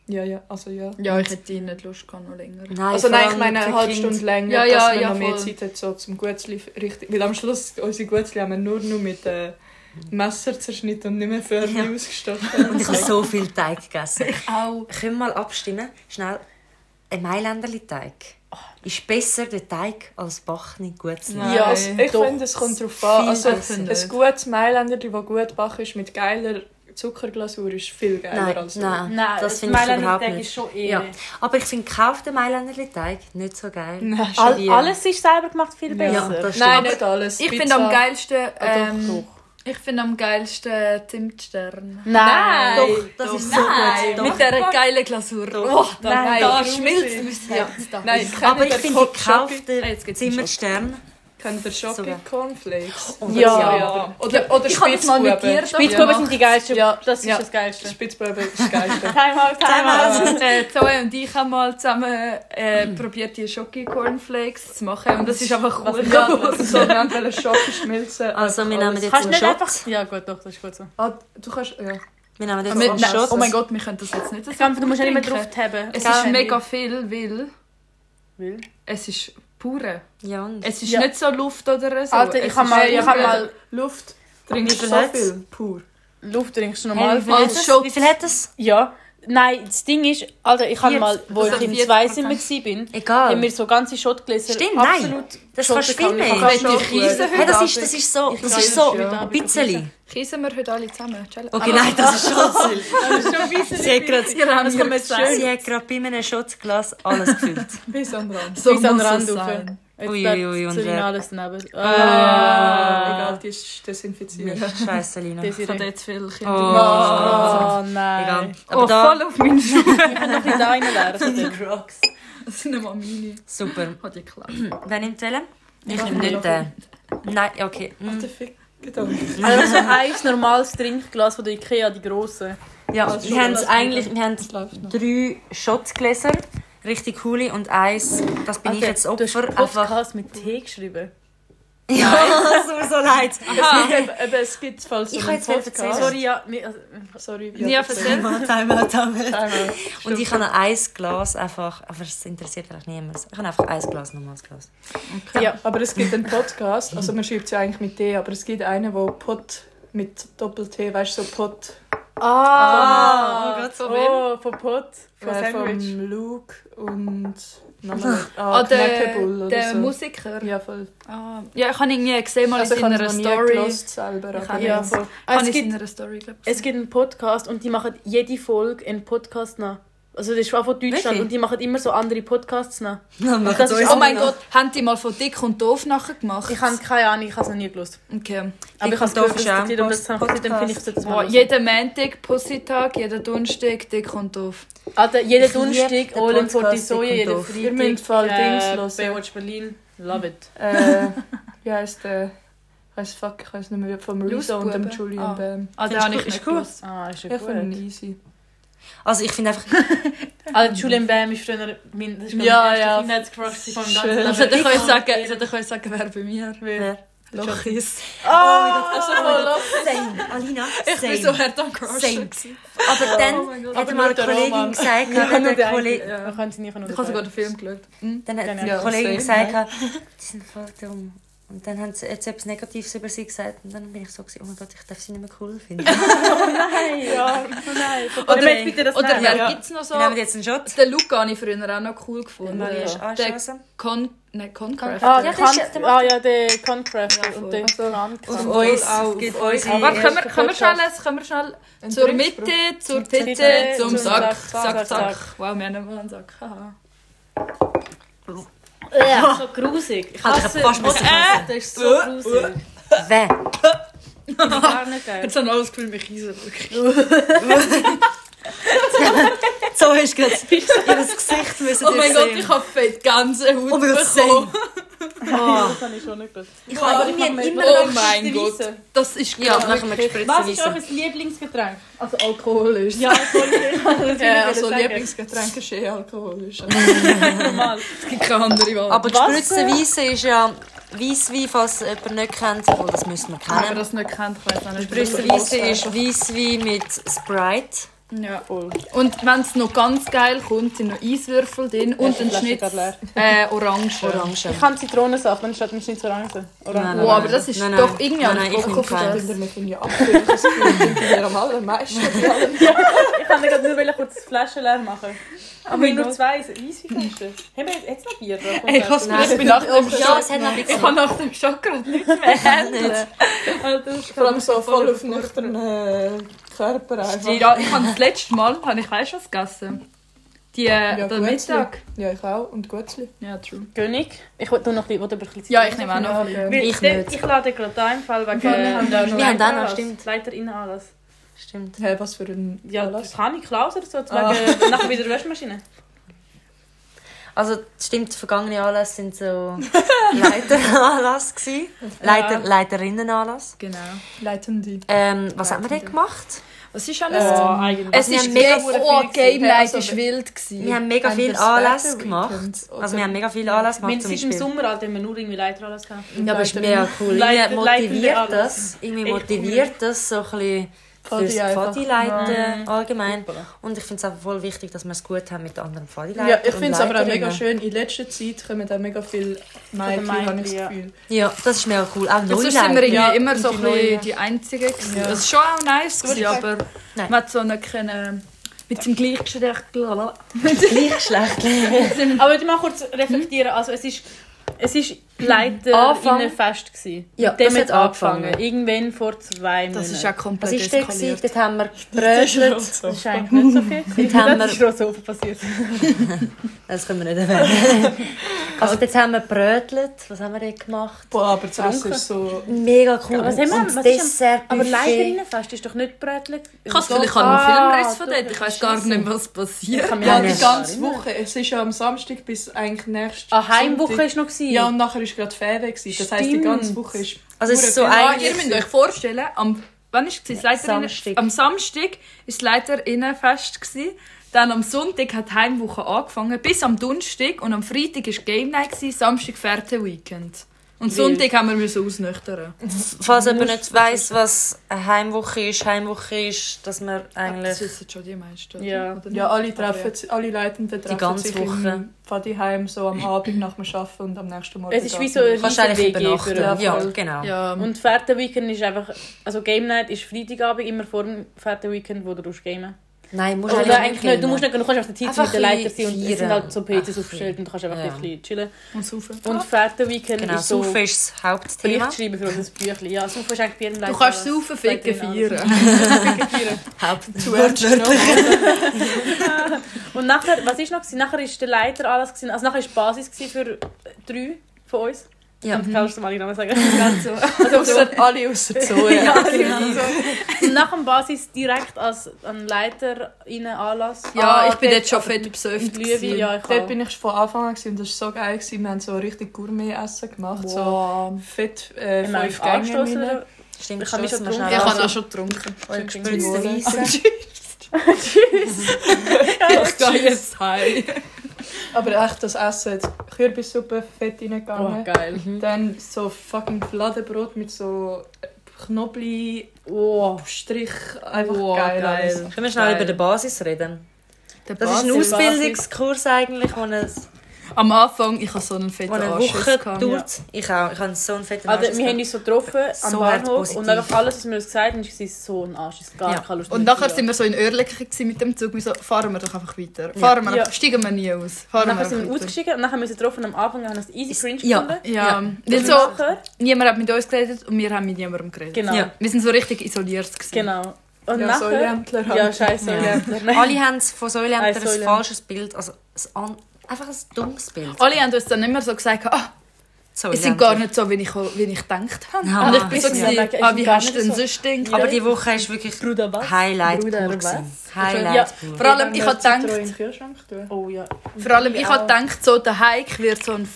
S4: Ja, ja, also ja.
S2: Ja, ich hätte nicht Lust gehabt, noch länger.
S1: Nein, vor
S4: Also nein, ich
S1: allem
S4: meine eine
S1: für
S4: halbe
S1: Kinder.
S4: Stunde länger,
S2: Ja, ja,
S4: dass man
S2: ja,
S4: noch mehr
S2: voll.
S4: Zeit hat so zum Guetzli richtig... Weil am Schluss, unsere Guetzli haben wir nur noch mit äh, Messer zerschnitten und nicht mehr förmlich
S1: Ja.
S4: ausgestochen.
S1: Und ich habe so viel Teig gegessen.
S2: Auch.
S1: Können wir mal abstimmen? Schnell. Ein Mailänderli-Teig. Ist besser der Teig als backene Gutzli.
S2: Nein.
S4: Ja, also ich
S3: doch.
S4: finde, es kommt darauf an. Also,
S1: Viel
S2: besser.
S4: ein gutes Mailänder, die gut backen ist, mit geiler Zuckerglasur, ist viel geiler
S1: Nein,
S4: als
S1: nein, das finde ich
S3: Mailänder
S1: überhaupt
S3: Teig
S1: nicht.
S3: ist schon eh.
S1: Ja. Aber ich finde, gekauften Mailänderli-Teig nicht so geil.
S4: *laughs* Nein, schon.
S3: All,
S1: Schön.
S3: alles ist selber gemacht viel
S4: Ja,
S1: Ja,
S3: besser.
S1: das stimmt.
S4: Nein,
S2: Aber
S4: nicht alles.
S2: Ich finde
S4: Pizza.
S2: am geilsten...
S3: Ah,
S2: Ähm,
S3: doch, doch.
S2: Ich finde am geilsten Zimtstern.
S3: Nein.
S1: Doch, das ist so
S2: Nein,
S1: gut. Doch.
S2: mit dieser geilen Glasur. Oh, da,
S3: Nein,
S2: da
S3: doch.
S2: schmilzt mein Herz. da.
S4: Nein, kennt
S1: Aber
S4: ihr
S1: ich finde,
S4: Ko- Schoki-
S2: Ah,
S1: gekauften
S2: jetzt geht's
S1: Zimmerstern.
S4: Kennt ihr Schoki
S1: Sogar.
S4: Cornflakes?
S1: Oh,
S3: Ja.
S1: das-
S4: Oder, oder
S2: Ich habe das mal mit dir
S4: Spitzbuben.
S3: Spitzbuben
S2: gemacht.
S3: sind die geilsten.
S4: Ja.
S3: Das ist
S4: Ja.
S3: das Geilste.
S4: Spitzbuben ist
S3: *laughs*
S4: das Geilste.
S3: Timeout, Timeout.
S2: Und, äh, Zoe und ich haben mal zusammen äh, probiert, die Schoki-Cornflakes zu machen. Und das ist einfach cool.
S4: Ja,
S2: *laughs*
S4: also, so, wir haben Schoki schmelzen.
S1: Also, wir
S4: alles.
S1: nehmen jetzt
S3: Kannst du
S1: einen
S3: nicht
S1: Shot.
S3: einfach... Ja gut, doch, das ist gut so.
S4: Ah, du kannst... Ja.
S1: Wir nehmen
S2: Mit,
S1: jetzt
S2: nein,
S1: einen
S2: oh mein
S1: Shot.
S2: Gott, wir können das jetzt nicht so
S3: Ich glaube, du musst nicht mehr drauf
S2: trinken.
S3: tappen.
S2: Es
S3: Gell?
S2: ist mega viel, weil
S3: Will.
S2: es ist pure.
S1: Ja, und?
S2: Es ist
S3: Ja.
S2: nicht so Luft oder so.
S3: Alter, ich
S2: Also, Es
S3: habe
S2: ist
S3: mal,
S2: pure.
S3: ich hab mal
S4: Luft trinkst
S1: Wie viel
S4: du so
S1: hat's?
S4: viel? Pur.
S3: Luft trinkst du normal.
S1: Hey, wie viel hat
S2: Als
S1: es?
S2: Shot.
S1: Wie viel hat es?
S3: Ja. Nein, das Ding ist, Alter, ich habe
S1: Vier-
S3: mal, wo
S2: also
S3: ich im
S2: 40%.
S3: Zweizimmer war, haben wir
S1: Egal.
S3: so ganze Shotgläser.
S1: Stimmt, nein.
S3: absolut
S1: Das
S3: Shot
S1: kannst du viel
S3: bekommen. Ich
S1: mehr.
S2: Ich will
S3: kann
S2: die
S3: schon
S2: Kiesen
S1: Hey,
S2: heute
S1: das, ist,
S2: Abend.
S1: das ist so,
S3: Ich
S1: das
S3: kann
S1: ist so
S3: schon.
S1: ein bisschen.
S2: Kiesen wir heute alle zusammen. Ciao.
S1: Okay, nein, das ist schon zu viel. Sie hat *laughs* gerade
S2: Ihr habt mir gesagt.
S1: sie hat gerade bei einem Schutzglas alles *laughs* gefüllt.
S4: Bis am Rand.
S2: So
S3: Bis an
S2: muss
S3: den
S2: es
S3: Rand rauf.
S2: sein.
S3: Jetzt
S1: Ui,
S3: wird
S1: ui, ui, und
S3: Zürich
S1: wer-
S3: alles daneben.
S4: Egal,
S3: Ah.
S4: die ist desinfiziert.
S1: Scheiße, Lina.
S3: Das
S2: Ich
S3: ist
S2: habe
S3: oh,
S2: jetzt viel Kinder.
S1: Oh.
S3: nein.
S1: Egal.
S3: Ich
S1: Aber
S2: oh,
S1: da
S2: voll auf *laughs* meinen Schuh.
S3: kann noch nicht einer werden.
S1: Crocs.
S2: Das sind nicht mal meine.
S1: Super.
S2: Hat die geklappt.
S1: Wer nimmt welchen? Ich
S4: Ja.
S1: nehme nicht den. Nein, okay.
S4: What
S1: Mm.
S4: the fuck? Gedanke.
S3: Also
S1: Mhm.
S3: so ein normales Trinkglas von der Ikea, die grossen.
S1: Ja, wir haben es eigentlich, wir haben
S4: Das läuft noch.
S1: drei Shotgläser, richtig coole und eins, das bin ich
S3: Alter,
S1: jetzt
S3: Du hast
S1: Opfer, einfach. *laughs*
S3: Podcast mit T geschrieben.
S1: Ja, *laughs* es tut mir so leid.
S4: Eben, eben, es gibt falls
S1: Ich
S4: so
S1: kann
S4: einen
S1: jetzt wieder
S4: Podcast.
S1: erzählen.
S3: Sorry, ja. mir- also,
S4: Sorry.
S2: Ja,
S4: erzähl.
S1: Timeout, Timeout.
S4: Einmal.
S1: Und ich habe noch ein Glas einfach, aber es interessiert vielleicht niemand. Ich habe einfach ein Glas, nochmal ein Glas. *laughs*
S3: Ja.
S4: Aber es gibt einen Podcast, also man schreibt es ja eigentlich mit D, aber es gibt einen, wo Pot mit Doppel-T, weißt du, so Pot
S3: Ah!
S1: Oh Gott,
S2: von
S3: Oh, von Pot. Von
S4: äh,
S3: Sandwich.
S4: vom Luke und nochmal
S2: Ah,
S4: ah,
S2: der,
S4: Knäckebull oder
S2: der
S4: so.
S2: Musiker.
S4: Ja, voll.
S2: Ah, ja, ich habe irgendwie gesehen, mal
S4: Also
S2: in
S4: ich habe
S2: seiner
S4: es noch nie
S2: Story.
S4: gelost selber,
S2: Ich
S4: aber
S2: habe
S3: Ja,
S2: es.
S3: voll.
S1: Ah,
S2: Habe
S3: es
S2: ich in
S3: gibt,
S2: seiner Story, glaube
S3: es gibt einen Podcast und die machen jede Folge einen Podcast nach. Also das ist auch von Deutschland
S1: Wirklich?
S3: und die machen immer so andere Podcasts nach.
S1: Das
S3: ist-
S2: Oh mein Gott, haben die mal von dick und doof nachher gemacht?
S3: Ich habe keine Ahnung, ich habe es noch nie gelesen.
S2: okay.
S3: Aber ich habe es
S1: und Doof
S3: gehört, dass
S1: ist auch
S3: die Leute
S1: ein
S3: das haben. Dann finde ich, sollte das
S2: Oh,
S3: mal hören.
S2: jeden Montag Pussy-Tag, jeden Donnerstag dick und doof.
S3: Alter, jeden
S1: Ich liebe
S3: Donnerstag,
S1: den
S3: Olen
S1: Podcast,
S3: Fortisoje,
S1: ich
S3: jeden
S1: komme drauf.
S3: Freitag.
S4: Ihr müsst voll Dings
S3: äh,
S4: hören.
S3: Baywatch Berlin, love it.
S4: Äh, wie heisst der? Ich weiß fuck, ich weiß nicht mehr, vom Lisa und dem
S2: Lausbuben.
S4: Julian
S2: Ah.
S4: Bam.
S3: Ah,
S1: den habe ich nicht gewusst.
S3: Ah, ist ja
S4: Ich finde ihn
S3: gut.
S4: easy.
S1: Also ich finde einfach,
S3: Also, Julian Bam ist früher mein, das ist
S4: Ja,
S3: mein
S4: ja.
S3: Kindheitscrush von meinem
S4: Schön.
S3: ganzen
S2: Dann
S3: Leben.
S2: sollte ich euch sagen, sollte ich euch sagen, wer bei mir
S1: wer?
S2: Loch ist.
S1: Oh, mein Gott,
S4: Also,
S1: oh mein Gott. Same, Alina,
S2: Ich
S1: same.
S2: bin so hart am Crushen.
S1: Same.
S2: gewesen.
S1: Aber
S2: Oh
S1: dann
S2: mein Gott.
S1: hat mal eine
S4: nur der Roman.
S1: Kollegin gesagt,
S3: Ich
S1: dann
S3: habe nur
S1: hat
S3: den
S1: eine
S3: einen-
S1: Kollegin,
S3: ja. Man kann sie nicht nur
S2: Ich habe sogar den Film geschaut. Hm?
S1: dann hat
S3: Genau.
S1: die
S4: Ja,
S1: Kollegin
S4: same,
S1: gesagt, die sind voll dumm. Und dann haben sie jetzt etwas Negatives über sie gesagt und dann bin ich so, gewesen, oh mein Gott, ich darf sie nicht mehr cool finden. Wir
S3: Nein, ja, nein.
S2: Oder-
S3: Oder bitte das
S2: Oder
S3: nein.
S2: wer
S4: Ja.
S2: gibt's noch so?
S1: nehmen jetzt einen Shot.
S2: Den Luca habe ich früher auch noch cool gefunden.
S3: Ja.
S1: Maria ist angeschossen.
S2: Con... Nein, Concraft.
S3: Ah,
S1: Ja,
S3: der
S1: das ist-
S3: Con- ah ja, der Concraft
S2: Ja, voll.
S3: und der
S1: Auf
S3: Krankraft.
S1: uns,
S4: auch
S1: es gibt
S4: auf uns.
S1: unsere...
S2: Aber können wir,
S3: erste
S2: können wir
S3: Podcast.
S2: schnell essen? Können wir schnell
S4: Ein
S2: zur
S4: Trinkspruch.
S2: Mitte, zur
S4: Zur
S2: Titte,
S3: Titte,
S2: zum
S3: zum
S2: Sack,
S3: Sack, Sack,
S2: Sack, Sack. Wow, wir haben mal einen Sack. Haha.
S3: Ja, so grusig. Ich
S1: Alter, ich hab fast müssen
S3: Äh, Das ist so grusig.
S1: Wer?
S3: Ich bin gar nicht geil.
S2: Jetzt habe ich auch das Gefühl, mich einzudrücken.
S1: So hast du gerade *laughs* ihr Gesicht müssen
S2: Oh mein Gott, ich habe fett ganze Haut
S1: Oh Ah, mein Gott,
S2: bekommen.
S3: Das habe ich schon nicht gewusst.
S1: Ich habe
S3: ich hab
S1: immer,
S3: mir-
S1: immer
S2: Oh
S1: noch...
S2: mein
S3: Spritze.
S2: Gott. Das ist
S1: Ja, aber
S2: klar.
S1: nachher mit Spritzen
S3: Was ist
S1: reissen.
S3: euer Lieblingsgetränk?
S2: Also alkoholisch.
S3: Ja, *laughs* sorry.
S2: Äh, also Lieblingsgetränk ist eh alkoholisch.
S1: *laughs*
S3: Mal.
S2: Es gibt keine andere Wahl.
S1: Aber
S3: Wasser?
S1: gespritzte Weisse ist ja Weisswein, falls jemand nicht kennt. Oh, das müssen wir
S2: wenn man
S1: kennen.
S2: das nicht kennt, ich weiß auch nicht.
S1: Gespritzte Weisse ist Weisswein mit Sprite.
S2: Ja.
S3: Voll.
S2: Und wenn es noch ganz geil kommt, sind noch Eiswürfel drin und
S3: die
S2: ein
S3: Flasche
S2: Schnitt
S3: gerade leer.
S2: äh, Orange.
S1: Orange.
S3: Ich kann Zitronensaft, dann steht mir nicht Orange.
S1: Nein,
S3: Orange.
S1: nein.
S2: Wow, aber das ist
S1: Nein, nein.
S2: doch irgendwie
S1: Nein,
S2: an
S1: nein, ich
S2: Bock
S1: nehme
S2: auf
S1: keins.
S2: das.
S4: Kinder, wir finden ja abgehört, das finden wir am allermeisten.
S2: *laughs*
S3: Ich kann gerade nur kurz das Flaschen leer machen. Aber ich nur zwei Eisflaschen. Haben wir jetzt- jetzt noch Bier? drauf?
S2: Ey, ich hasse
S1: Nein.
S2: mich, ich bin nach dem
S1: Ja,
S2: Schock.
S1: es hat noch ein
S2: Ich
S1: bisschen...
S2: kann nach dem Schock gerade
S1: *laughs*
S2: nichts mehr handeln.
S4: Vor allem so voll auf nüchternen Körper einfach.
S2: Ja, ich habe das letzte Mal, habe ich weißt du was gegessen? Die, äh,
S4: Ja,
S2: der
S4: Guetzli.
S2: Mittag.
S4: Ja, ich auch. Und Gutzli.
S2: Ja, true.
S3: König. Ich will noch ein bisschen, will aber ein bisschen
S2: Ja, ich nehme auch noch.
S4: Ja,
S3: Weil
S1: Ich
S3: den-
S1: nicht.
S3: Ich lade gerade da im Fall wegen.
S2: Wir haben da noch-
S1: Wir haben da noch,
S3: Anlass.
S1: stimmt.
S3: LeiterInnen alles.
S1: Stimmt.
S4: Hey, was für ein
S3: Ja,
S4: Anlass.
S3: Hanni Klaus oder so, jetzt
S4: Ah.
S3: wegen nachher wieder Waschmaschine.
S1: Also, stimmt, vergangene Anlässe sind so Leiteranlass gewesen. Leiter, Leiterinnenanlass.
S2: Genau.
S4: Leiten die.
S1: Ähm, was haben wir denn gemacht?
S2: Was ist alles?
S4: Ähm,
S3: eigentlich.
S1: Es
S2: es
S1: wir
S2: ist
S1: haben mega
S2: mega
S1: verdammt
S2: Oh,
S3: viel gesehen.
S2: Game Night
S4: Also,
S2: war wild. Gewesen.
S1: Wir haben mega
S4: Haben
S1: viel
S4: das Wetter
S1: Anlässe
S4: Weekend,
S1: gemacht.
S4: oder?
S1: Also, wir haben mega viel Anlässe
S3: Wenn
S1: gemacht,
S3: es
S1: zum
S3: ist im
S1: Beispiel.
S3: Sommer, halt, haben wir nur irgendwie Leiter alles gehabt.
S1: Ja, aber es ist mega cool.
S3: Leiter-
S1: Irgendwie motiviert
S3: Leitende
S1: das. Irgendwie
S3: Echt
S1: motiviert das so ein bisschen
S4: Pfadi
S1: fürs
S4: einfach.
S1: Pfadi-Leiten allgemein.
S3: Hoppala.
S1: Und ich finde es auch voll wichtig, dass wir es gut haben mit anderen Pfadi-Leitern
S4: Ja, ich
S1: und
S4: finde es aber auch mega
S1: Leiterinnen.
S4: schön. In letzter Zeit kommen auch mega viele Mädchen,
S3: Mädchen,
S4: habe ich das
S3: ja.
S4: Gefühl.
S1: Ja, das ist mega cool. Auch
S2: Und sonst sind wir
S1: Neuleiter.
S2: irgendwie
S4: Ja,
S2: immer
S4: und
S2: so
S4: die
S2: die,
S4: Neuen.
S2: die Einzigen. gewesen.
S4: Ja.
S2: Das ist schon auch nice, gewesen,
S4: Gute
S2: aber
S1: Nein.
S2: man hat so nicht können, mit dem Gleichgeschlecht. lalala.
S1: *laughs* Gleichgeschlechtlich.
S3: Aber ich mal kurz reflektieren. Also es ist es ist leider
S2: Anfang.
S3: fest gewesen.
S1: Ja,
S3: Mit dem
S1: das hat
S3: hat angefangen.
S1: angefangen.
S3: Irgendwann vor zwei Monaten.
S2: Das ist auch
S1: Was
S2: komplett
S1: ist der gewesen?
S2: eskaliert.
S1: Dort haben wir gebrötelt.
S3: Das ist eigentlich nicht so viel. gewesen.
S1: haben
S3: das ist schon so viel passiert.
S1: Das können wir nicht erwähnen. also dort haben wir gebrötelt. Was haben wir dort gemacht?
S4: Boah, aber das Essen ist so...
S1: Mega cool.
S3: was haben wir-
S1: Und das
S3: was ist am-
S1: Dessert
S3: Aber
S1: Buffet.
S3: Leiterinnenfest ist doch nicht brötlich.
S2: Ich habe das Gefühl, ich habe noch
S3: Ah,
S2: Filmriss von dort. Ich weiß gar
S3: Scheisse.
S2: nicht, was passiert.
S3: kann mich
S4: Ja,
S1: Ja,
S4: die
S1: das-
S4: ganze Woche. Es ist ja am Samstag bis eigentlich nächstes
S3: Ah, Heimwoche
S4: Sonntag.
S3: war noch.
S4: Ja, und nachher war gerade Ferien. gewesen. Das heisst, die
S3: Stimmt.
S4: ganze Woche ist...
S1: Also es ist so
S4: Ja,
S2: Ja,
S1: eigentlich...
S2: Ah, ihr müsst euch vorstellen, am, wann war es? Das Leiterinnen-
S1: Samstag.
S2: Am Samstag war das Leiterinnenfest. gewesen. Dann am Sonntag hat die Heimwoche angefangen, bis am Donnerstag. Und am Freitag war Game Night, gewesen, Samstag Fernsehweekend. Und Sonntag haben wir müssen ausnüchtern.
S1: Falls jemand nicht weiss, was eine Heimwoche ist, Heimwoche ist, dass man
S2: Das
S1: eigentlich...
S2: wissen schon die meisten.
S3: Ja.
S2: oder?
S4: Ja, alle,
S2: Aber
S4: treffen, sich- alle Leitenden treffen
S1: ganze
S4: sich
S1: Woche.
S4: im Vadiheim so am Abend nach dem Arbeiten und am nächsten Morgen.
S3: Es ist wie
S4: geht's
S3: so ein
S4: *laughs*
S1: Du kannst eigentlich
S3: riesen WG für
S1: übernachten. Ja,
S3: einen Fall.
S1: genau.
S2: Ja, und
S3: Und Fährtenweekend ist einfach. Also Game Night ist Freitagabend, immer vor dem Fährtenweekend, wo du gamen
S1: Nein, musst
S3: Oder eigentlich nicht, du musst nicht, du kannst einfach die Zeit
S1: Einfach
S3: mit den Leitern
S1: ein
S3: sein und es
S1: bisschen
S3: sind halt so
S1: feiern.
S3: PCs aufgestellt und du kannst einfach
S1: Ja.
S3: ein bisschen chillen.
S2: Und saufen. Ah,
S3: Und Väterweekend
S1: Genau,
S3: ist so
S1: Saufen ist das Hauptthema.
S3: Bericht schreiben für unser Büchlein. Ja, Saufen ist eigentlich bei jedem
S2: du
S3: Leiter was.
S2: kannst saufen, ficken,
S3: Leiter in alles.
S2: feiern.
S1: Hauptwörtlich.
S3: Und nachher, was ist noch? gewesen? Nachher war der Leiter alles. gewesen. Also nachher war die Basis gewesen für äh, drei von uns.
S1: *laughs* Ja.
S3: Und kannst du mal die Namen sagen?
S2: Also,
S3: Also,
S4: Ausser, alle ausser Zoe.
S3: ja, genau. Und nach dem Basis direkt als an Leiter rein anlass.
S2: ja,
S3: Ah,
S2: ich bin
S3: dort-
S2: dort schon fett
S3: im
S2: besöfft.
S3: Glühwein, ja, ich
S4: Dort
S3: auch.
S4: bin ich von Anfang an gewesen und das war so geil. Gewesen. Wir haben so richtig Gourmet-Essen gemacht.
S2: Wow.
S4: So fett äh,
S3: Ich meine,
S4: fünf Gänge
S3: angestoßen
S4: rein.
S3: oder?
S1: Stimmt,
S3: Ich kann mich
S1: stossen
S3: schon
S1: wir
S2: Ich
S3: Also-
S2: habe
S1: schnell
S2: auch
S1: an.
S2: schon getrunken.
S1: Und
S4: Tschüss.
S1: gespülzte Weisse.
S2: Ich gehe jetzt heim.
S4: Aber echt, das Essen jetzt Kürbissuppe fett
S3: *laughs* Oh,
S4: reingegangen.
S3: geil.
S4: Dann so fucking Fladenbrot mit so Knoblauch,
S3: Oh.
S4: eh, Strich, einfach
S2: Wow,
S4: geil.
S2: geil.
S4: alles.
S1: Können wir schnell
S2: Geil.
S1: über die Basis reden?
S2: Der
S1: Das ist ein
S2: Basil.
S1: Ausbildungskurs eigentlich, wo eine,
S2: Am Anfang, ich hatte so einen
S1: wo
S2: fetten
S1: eine
S2: Anschiss.
S1: Woche
S2: gehabt.
S1: dauert. Ich auch. Ich habe so einen fetten
S3: Also,
S1: Anschiss
S3: wir haben
S1: gehabt.
S3: uns so getroffen am
S1: So hart
S3: Bahnhof
S1: positiv.
S3: und einfach alles, was wir uns gesagt haben, war so ein Arsch. Es gar
S1: Ja.
S3: keine Lust
S2: Und
S3: mehr
S2: nachher
S3: zu
S2: sind wir so in Örlikon gewesen mit dem Zug. Wir so, fahren wir doch einfach weiter. Fahren wir
S3: Ja.
S2: einfach, steigen wir nie aus.
S3: Und
S2: Fahren
S3: nachher sind
S2: einfach
S3: wir
S2: weiter.
S3: ausgestiegen und nachher haben wir uns getroffen am Anfang und haben das easy cringe
S1: Ja.
S3: gefunden.
S2: Ja,
S1: Ja.
S2: weil
S3: Und
S2: so,
S3: nachher-
S2: niemand hat mit uns geredet und wir haben mit niemandem geredet.
S3: Genau.
S1: Ja.
S2: Wir sind so richtig isoliert. Gewesen.
S3: Genau. Und
S4: Ja, so
S3: nachher...
S4: Jämtler
S3: ja, scheiße.
S1: Ja.
S3: Ja.
S2: Ah.
S1: Alle haben von Säulenämtern
S3: Ein
S1: ein
S3: Säulenämter.
S1: falsches Bild. Also ein an- einfach ein dummes Bild.
S2: Alle haben uns dann nicht mehr so gesagt, ah,
S1: Oh,
S2: es sind gar nicht so, wie ich, wie ich gedacht habe.
S1: Ja.
S2: und ich bin so,
S3: Ja.
S2: gewesen,
S3: Ja.
S2: ah, wie hast du denn
S3: Ja.
S2: sonst gedacht?
S1: Aber die Woche ist wirklich
S3: *laughs* Bruder, was?
S1: Highlight
S3: Bruder,
S1: pur.
S3: was?
S1: gewesen. Highlight pur.
S2: Vor allem, ich habe
S4: Zitronen
S2: gedacht,
S4: in den Kühlschrank tun.
S3: Oh ja.
S2: vor allem, ich
S3: Ich
S2: habe
S3: auch.
S2: gedacht, so der Hike wird so ein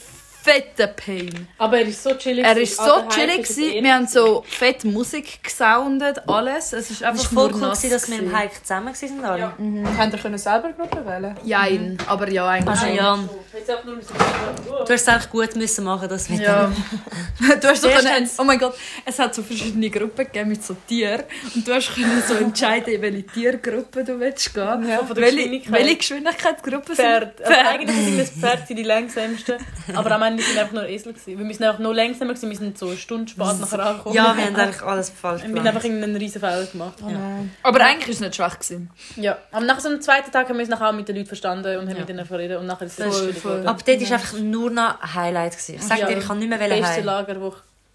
S2: fetter Pain.
S3: Aber er ist so chillig.
S2: Er war so
S3: Alter,
S2: chillig,
S3: Hype, das
S2: gewesen.
S3: ist eh
S2: wir haben so fett Musik gesoundet, alles. Es ist
S1: Es
S2: einfach
S1: war voll
S2: nur
S1: cool,
S2: nass
S1: gewesen, dass wir im
S2: gewesen.
S1: Hike zusammen waren. alle.
S3: Ja.
S4: Und habt ihr können selber Gruppen wählen?
S2: Jein, Mhm. aber ja, eigentlich
S1: Also
S2: schon.
S1: ja,
S3: Jetzt einfach nur so-
S1: du hast es einfach gut müssen machen, das mit
S2: Ja.
S1: dem.
S2: *laughs* Du hast so
S1: Erstens-
S2: können, oh mein Gott, es hat so verschiedene Gruppen gegeben mit so Tieren und du hast können so entscheiden, in welche Tiergruppe du willst gehen.
S3: Ja, von der halt.
S2: welche,
S3: Geschwindigkeit.
S2: welche Geschwindigkeitsgruppe sind?
S3: Pferd. Also eigentlich sind das Pferd die langsamsten. Aber am Ende sind einfach nur Esel. Gewesen. Weil wir sind einfach nur langsamer gewesen. Wir sind so eine Stunde spät nachher angekommen.
S1: Ja, wir haben eigentlich alles falsch
S3: Und wir haben
S1: gemacht.
S3: einfach irgendeinen riesen Fehler gemacht.
S4: Oh nein.
S2: Aber eigentlich war es nicht schwach. Gewesen.
S3: Ja. Aber nach so einem zweiten Tag haben wir uns nachher auch mit den Leuten verstanden und haben
S1: Ja.
S3: mit ihnen verredet. Und nachher ist
S2: Voll,
S3: es chillig
S2: voll.
S3: geworden.
S1: Aber dort war einfach nur noch Highlight. Gewesen. Ich sag
S3: Ja.
S1: dir, ich kann nicht mehr
S3: Beste
S1: heim.
S3: Lager, wo ich...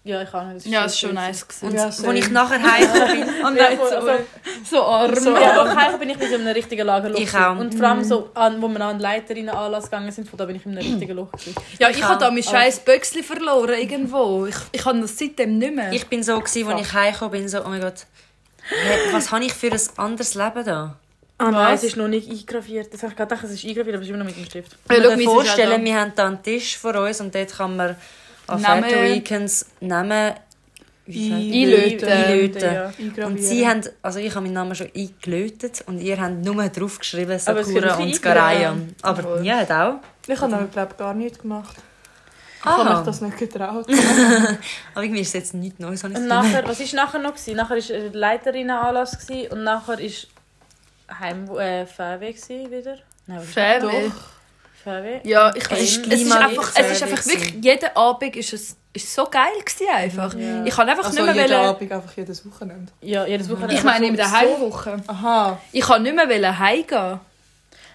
S3: Ja, ich kann nicht.
S2: Ja, es war schon nice. Gewesen.
S1: Und
S4: Ja,
S1: wo
S4: same.
S1: ich nachher heim *laughs* bin,
S2: Und
S3: Ja,
S2: nein,
S3: voll,
S2: so,
S3: also-
S2: so arm.
S3: So, ja, aber Kaiser bin ich in so einem richtigen Lagerloch.
S1: Ich
S3: gewesen.
S1: auch.
S3: Und vor allem so, an, wo wir an Leiterinnen Anlass gegangen sind, von da bin ich in einem richtigen Loch. gewesen.
S2: Ja, ich habe da mein
S3: Ah.
S2: scheiß Böckli verloren irgendwo. Ich, ich habe das seitdem nicht mehr.
S1: ich bin so, gewesen, als ich heimgekommen bin, so, oh mein Gott, hä, was habe ich für ein anderes Leben da?
S3: Ah
S2: nein,
S3: nein,
S2: es
S3: es ist noch nicht eingraviert. Das habe ich gerade gedacht, es ist eingraviert, aber es ist immer noch mit dem Stift.
S1: Ich
S2: Ja, schau,
S1: kann
S2: meins
S1: mir
S2: ist auch da.
S1: vorstellen, wir haben da einen Tisch vor uns und dort kann man an
S2: Namen-
S1: Fatal Weekends Namen wie sagt man?
S2: Einlöten.
S1: Einlöten,
S3: Ja.
S1: Und sie haben, also ich habe meinen Namen schon eingelötet und ihr habt nur draufgeschrieben,
S3: Aber
S1: Sakura
S3: es können
S1: und
S3: viele
S1: Skarayan. Aber
S2: Jawohl.
S1: ja, hat auch.
S3: Ah.
S4: Ich habe aber, glaube gar nichts gemacht. Ich habe
S1: Ah,
S4: mich das
S3: *laughs*
S4: nicht
S3: Also
S4: getraut.
S1: aber irgendwie ist es jetzt nichts Neues, habe ich das
S3: Und
S1: Gefühl.
S3: nachher, was war nachher noch? Gewesen? Nachher war Leiterinnenanlass gewesen und nachher war Heim... äh, Fährweh gewesen wieder. Nein, was ist
S2: Fair.
S4: Doch.
S3: Fährweh?
S2: Ja, ich,
S1: Es
S2: es,
S1: ist
S2: es ist
S1: niemand
S2: einfach, es ist
S1: gefährlich
S2: einfach
S1: gewesen.
S2: wirklich, jeden Abend ist es ist so geil gewesen einfach.
S3: Ja.
S2: Ich kann einfach
S4: Also
S2: nicht mehr
S4: jeden
S2: wollen-
S4: Abend, einfach jedes Wochenende.
S3: Ja, jedes Wochenende.
S2: Ich meine, in
S3: So-
S2: der Heimwoche.
S4: Aha.
S2: Ich kann nicht mehr wollen heimgehen.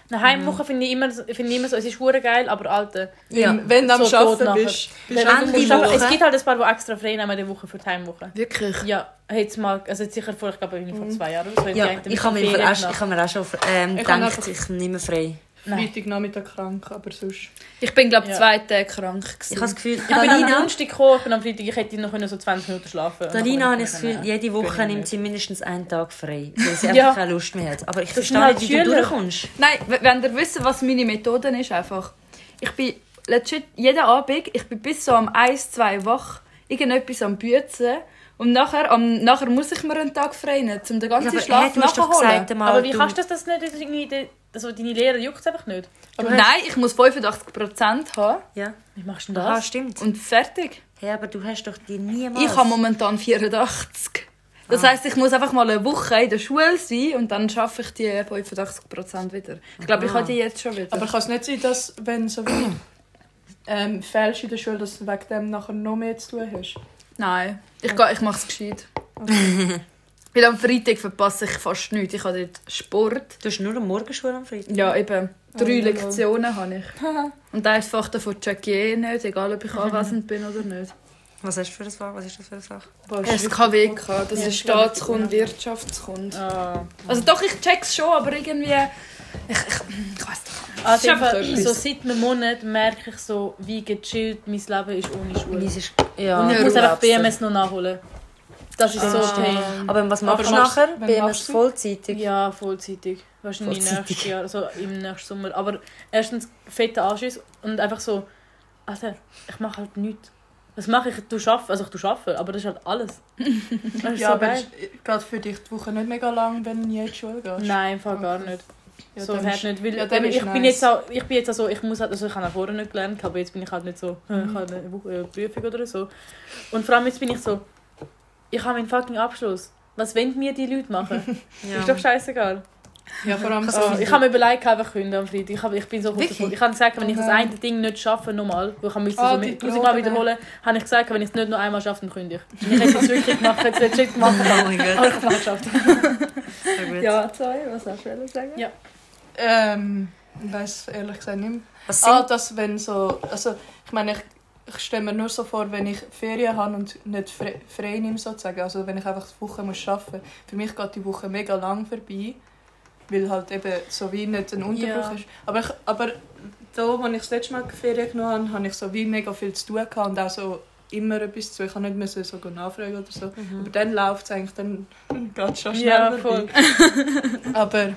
S3: Eine Heimwoche finde ich, immer, so- finde ich immer so, es ist hure geil, aber alte.
S1: Ja.
S4: Wenn du am
S3: So tot
S4: Arbeiten
S3: nachher.
S4: bist,
S3: Dann
S4: bist du
S1: Ende
S4: einfach
S3: muss ich
S1: Woche.
S3: aber- Es gibt halt ein paar, die extra frei nehmen die Woche für die Heimwoche.
S2: Wirklich.
S3: Ja, jetzt mal, also jetzt sicher vor, ich glaube, irgendwie vor zwei Jahren oder so. hab
S1: Mhm. Ja,
S3: gedacht,
S1: ich habe mir,
S3: Ferien
S1: auch- ich
S3: gemacht.
S1: habe mir auch schon ähm,
S4: Ich kann
S1: gedacht,
S4: einfach-
S1: ich nehme frei.
S3: Nein.
S4: Freitagnachmittag krank, aber sonst...
S2: Ich bin glaube
S3: Ja.
S2: zwei Tage krank
S1: Ich habe das
S2: gewesen.
S1: Gefühl,
S3: Ich bin am
S1: Dalina,
S3: Donnerstag gekommen, ich bin am Freitag, ich hätte noch können so 20 Minuten schlafen können.
S1: Dalina habe ich das Gefühl,
S3: Ja.
S1: jede Woche
S4: ich
S1: nimmt
S4: nicht.
S1: sie mindestens einen Tag frei, weil sie
S3: *laughs* Ja.
S1: einfach keine Lust mehr hat. Aber ich
S3: Das sind
S1: verstehe
S3: halt
S1: nicht, wie du
S3: Schüler.
S1: durchkommst.
S2: Nein, w- wenn ihr wisst, was meine Methode ist, einfach. Ich bin legit jeden Abend, ich bin bis so am 1, 2 wach, irgendetwas am Büzen. Und nachher, am, nachher muss ich mir einen Tag frei nehmen, um den
S1: Ja,
S2: ganzen
S1: aber hey,
S2: Schlaf
S1: du hast doch
S2: nachzuholen.
S1: gesagt, einmal,
S3: Aber wie
S1: du-
S3: kannst du das, das nicht? Das ist irgendwie de- also deine Lehre juckt es einfach nicht.
S4: Aber
S2: Nein, ich muss 85% haben
S1: Ja,
S3: Wie machst du denn
S1: ah,
S3: das?
S1: stimmt.
S2: und fertig.
S1: Hey, aber du hast doch die niemals...
S2: Ich habe momentan 84. Das
S4: Ah.
S2: heisst, ich muss einfach mal eine Woche in der Schule sein und dann schaffe ich die 85% wieder. Ich glaube, ich
S1: Aha.
S2: habe die jetzt schon wieder.
S4: Ah. Aber kann es nicht sein, dass wenn so wie ähm, fällst in der Schule, dass du wegen dem nachher noch mehr zu tun hast?
S2: Nein, ich, gehe, ich mache es gescheit. Weil am Freitag verpasse ich fast nichts. Ich habe dort Sport.
S1: Du hast nur am Morgenschule am Freitag.
S2: Ja, eben. Drei
S4: Oh, ja.
S2: Lektionen habe
S4: *laughs*
S2: ich. Und ein Fach davon checke ich eh nicht, egal
S4: Mhm.
S2: ob ich anwesend bin oder nicht.
S1: Was hast du für ein Fach? Was ist das für ein Fach?
S2: SKWK, das ist Staatskunde, Wirtschaftskund.
S3: Ah.
S2: Also doch, ich check's schon, aber irgendwie... Ich, ich, ich weiß doch nicht.
S3: Also
S2: Es ist
S3: einfach,
S2: einfach
S3: so
S2: etwas.
S3: seit einem Monat merke ich so, wie gechillt mein Leben ist ohne Schule.
S1: ist, ja.
S3: Und ich
S2: Ja,
S3: muss
S1: Urlaubs-
S3: einfach BMS noch nachholen. Das ist so
S1: Ah.
S3: okay.
S1: Aber was machst du
S4: Aber machst-
S1: nachher?
S4: wann
S1: BMS
S4: machst du?
S1: vollzeitig?
S3: Ja, vollzeitig. Wahrscheinlich
S1: Vollzeitig.
S3: nächstes Jahr, also im nächsten Sommer. Aber erstens fetter Anschiss und einfach so, Alter, ich mache halt nichts. Was mache ich? Du schaffst, also ich du schaffe, aber das ist halt
S4: *laughs*
S3: alles. Das ist
S4: Ja,
S3: so
S4: aber
S3: geil.
S4: es ist gerade für dich die Voche nicht mega lang, wenn du nie in die Schule gehst.
S3: Nein, im Fall gar nicht.
S4: Ja,
S3: so
S4: dann
S3: hart
S4: ist-
S3: nicht, weil
S4: ja, dann
S3: ich,
S4: ist
S3: bin
S4: nice.
S3: jetzt auch, ich bin jetzt auch so, ich muss halt, also ich habe auch vorher nicht gelernt, aber jetzt bin ich halt nicht so, *laughs* äh, ich habe eine Woche, äh, Prüfung oder so. Und vor allem jetzt bin ich so, ich habe meinen fucking Abschluss. Was wollen mir die Leute
S4: *laughs*
S3: machen? Ist doch scheißegal.
S4: Ja, vor allem
S1: Kannst
S4: so.
S3: Oh, ich habe mir überlegt, einfach künden am Freitag. Ich, habe, ich bin so kurz
S1: Wirklich?
S3: davor. Ich habe gesagt, wenn ich das
S4: Okay.
S3: eine Ding nicht schaffe, nochmal, weil ich musste
S4: Ah,
S3: so
S4: die
S3: mit- tausendmal
S4: Drogen.
S3: wiederholen, habe ich gesagt, wenn ich es nicht nur einmal schaffe, dann kündige ich. Ich hätte es wirklich gemacht, hätte es legit gemacht,
S1: *laughs* Oh mein
S3: aber
S1: Gott,
S3: ich habe es nicht geschafft.
S1: sehr gut.
S2: Ja, sorry, was hast du sagen?
S3: Ja.
S4: Ähm, ich weiß ehrlich gesagt nicht mehr.
S1: Was sind
S4: Ah, dass wenn so, also ich meine, ich, ich stelle mir nur so vor, wenn ich Ferien habe und nicht frei, frei nehme sozusagen, also wenn ich einfach die Woche muss arbeiten muss. Für mich geht die Woche mega lang vorbei, weil halt eben so wie nicht ein Unterbruch
S3: Ja.
S4: ist. Aber, ich, aber da, wo ich das letzte Mal Ferien genommen habe, habe ich so wie mega viel zu tun gehabt und auch so immer etwas zu tun. Ich habe nicht müssen so nachfragen oder so. Aber dann läuft es eigentlich, dann *laughs* geht es schon schnell
S3: Mhm. Ja,
S4: vorbei. *laughs* aber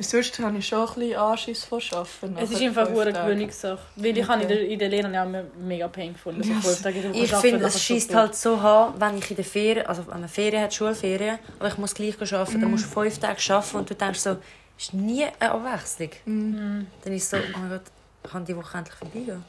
S4: sonst habe ich schon ein bisschen Anschiss vor Arbeiten.
S3: Es ist
S4: nachher
S3: einfach
S4: fünf
S3: eine
S4: Tage.
S3: Gewöhnungssache. Weil ich habe in der, in der Lehre ja me- mega Pain gefunden. So
S4: Yes.
S3: fünf Tage in der Woche
S1: Ich
S3: arbeiten,
S1: finde,
S3: nachher
S1: es schießt
S3: super.
S1: halt so an, wenn ich in der Ferien, also wenn man Ferien hat, Schulferien, aber ich muss gleich arbeiten, dann musst du fünf Tage arbeiten und du denkst so, ist nie eine Abwechslung. Dann ist es so, oh mein Gott, kann die Woche endlich vorbeigehen?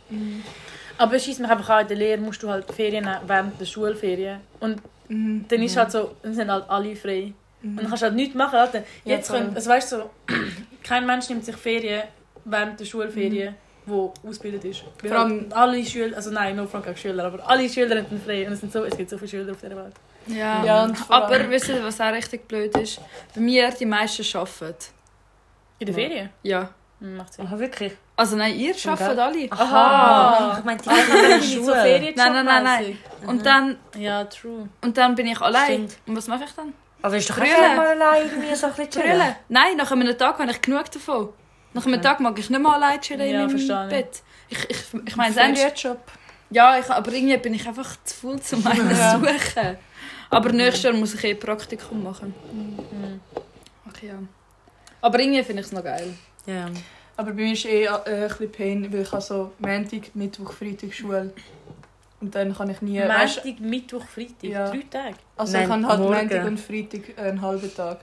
S3: Aber es schießt mich einfach an, in der Lehre musst du halt Ferien nehmen während der Schulferien. Und
S4: Mhm.
S3: dann ist halt so, dann sind halt alle frei. Und dann kannst du halt nichts machen. Alter.
S4: Ja,
S3: Jetzt
S4: voll.
S3: können, also weißt du, so, *clears throat* kein Mensch nimmt sich Ferien während der Schulferien, wo ausgebildet ist. Vor
S4: Vor allem-
S3: allem alle Schüler, also nein, no Frank Schüler, aber alle Schüler haben frei. Und es, sind so, es gibt so viele Schüler auf der Welt.
S2: Ja.
S4: Ja, und vor allem-
S2: Aber wisst ihr, was auch richtig blöd ist? Bei mir, die meisten arbeiten.
S3: In der
S1: Ja.
S3: Ferien?
S2: Ja.
S3: Hm, macht
S1: *laughs*
S3: Sinn.
S1: Aha, wirklich?
S2: Also nein, ihr arbeitet alle.
S3: Aha.
S1: Ich meine, die
S3: Ah,
S1: gehen
S3: *laughs*
S1: in die
S3: so
S1: Schule.
S3: Ferien
S2: Nein, nein, nein, nein. Und dann,
S3: Ja, true.
S2: und dann bin ich allein.
S1: Stimmt.
S2: Und was mache ich dann?
S1: Aber ist doch auch
S2: Brüllen.
S1: gerne mal allein irgendwie so ein bisschen chillen.
S2: Chillen. Nein, nach einem Tag habe ich genug davon. Nach einem Tag mag ich nicht mehr allein chillen
S3: Ja,
S2: in
S3: verstehe
S2: meinem
S3: ich.
S2: Bett. Ich, ich, ich meine es ernst.
S4: Ferienjob.
S2: Ja, ich, aber irgendwie bin ich einfach zu faul, um einen
S4: Ja.
S2: zu suchen. Aber nächstes Jahr muss ich eh Praktikum machen.
S3: Hm.
S2: Okay, ja. Aber irgendwie finde ich es noch geil.
S1: Ja.
S4: Aber bei mir ist eh äh, ein bisschen Pain, weil ich habe so Montag, Mittwoch, Freitag Schule. Und dann kann ich nie... weisst-
S3: Montag, Mittwoch, Freitag.
S4: Ja.
S3: Drei Tage.
S4: also
S1: Nein,
S4: ich habe halt
S1: morgen.
S4: Montag und Freitag einen halben Tag.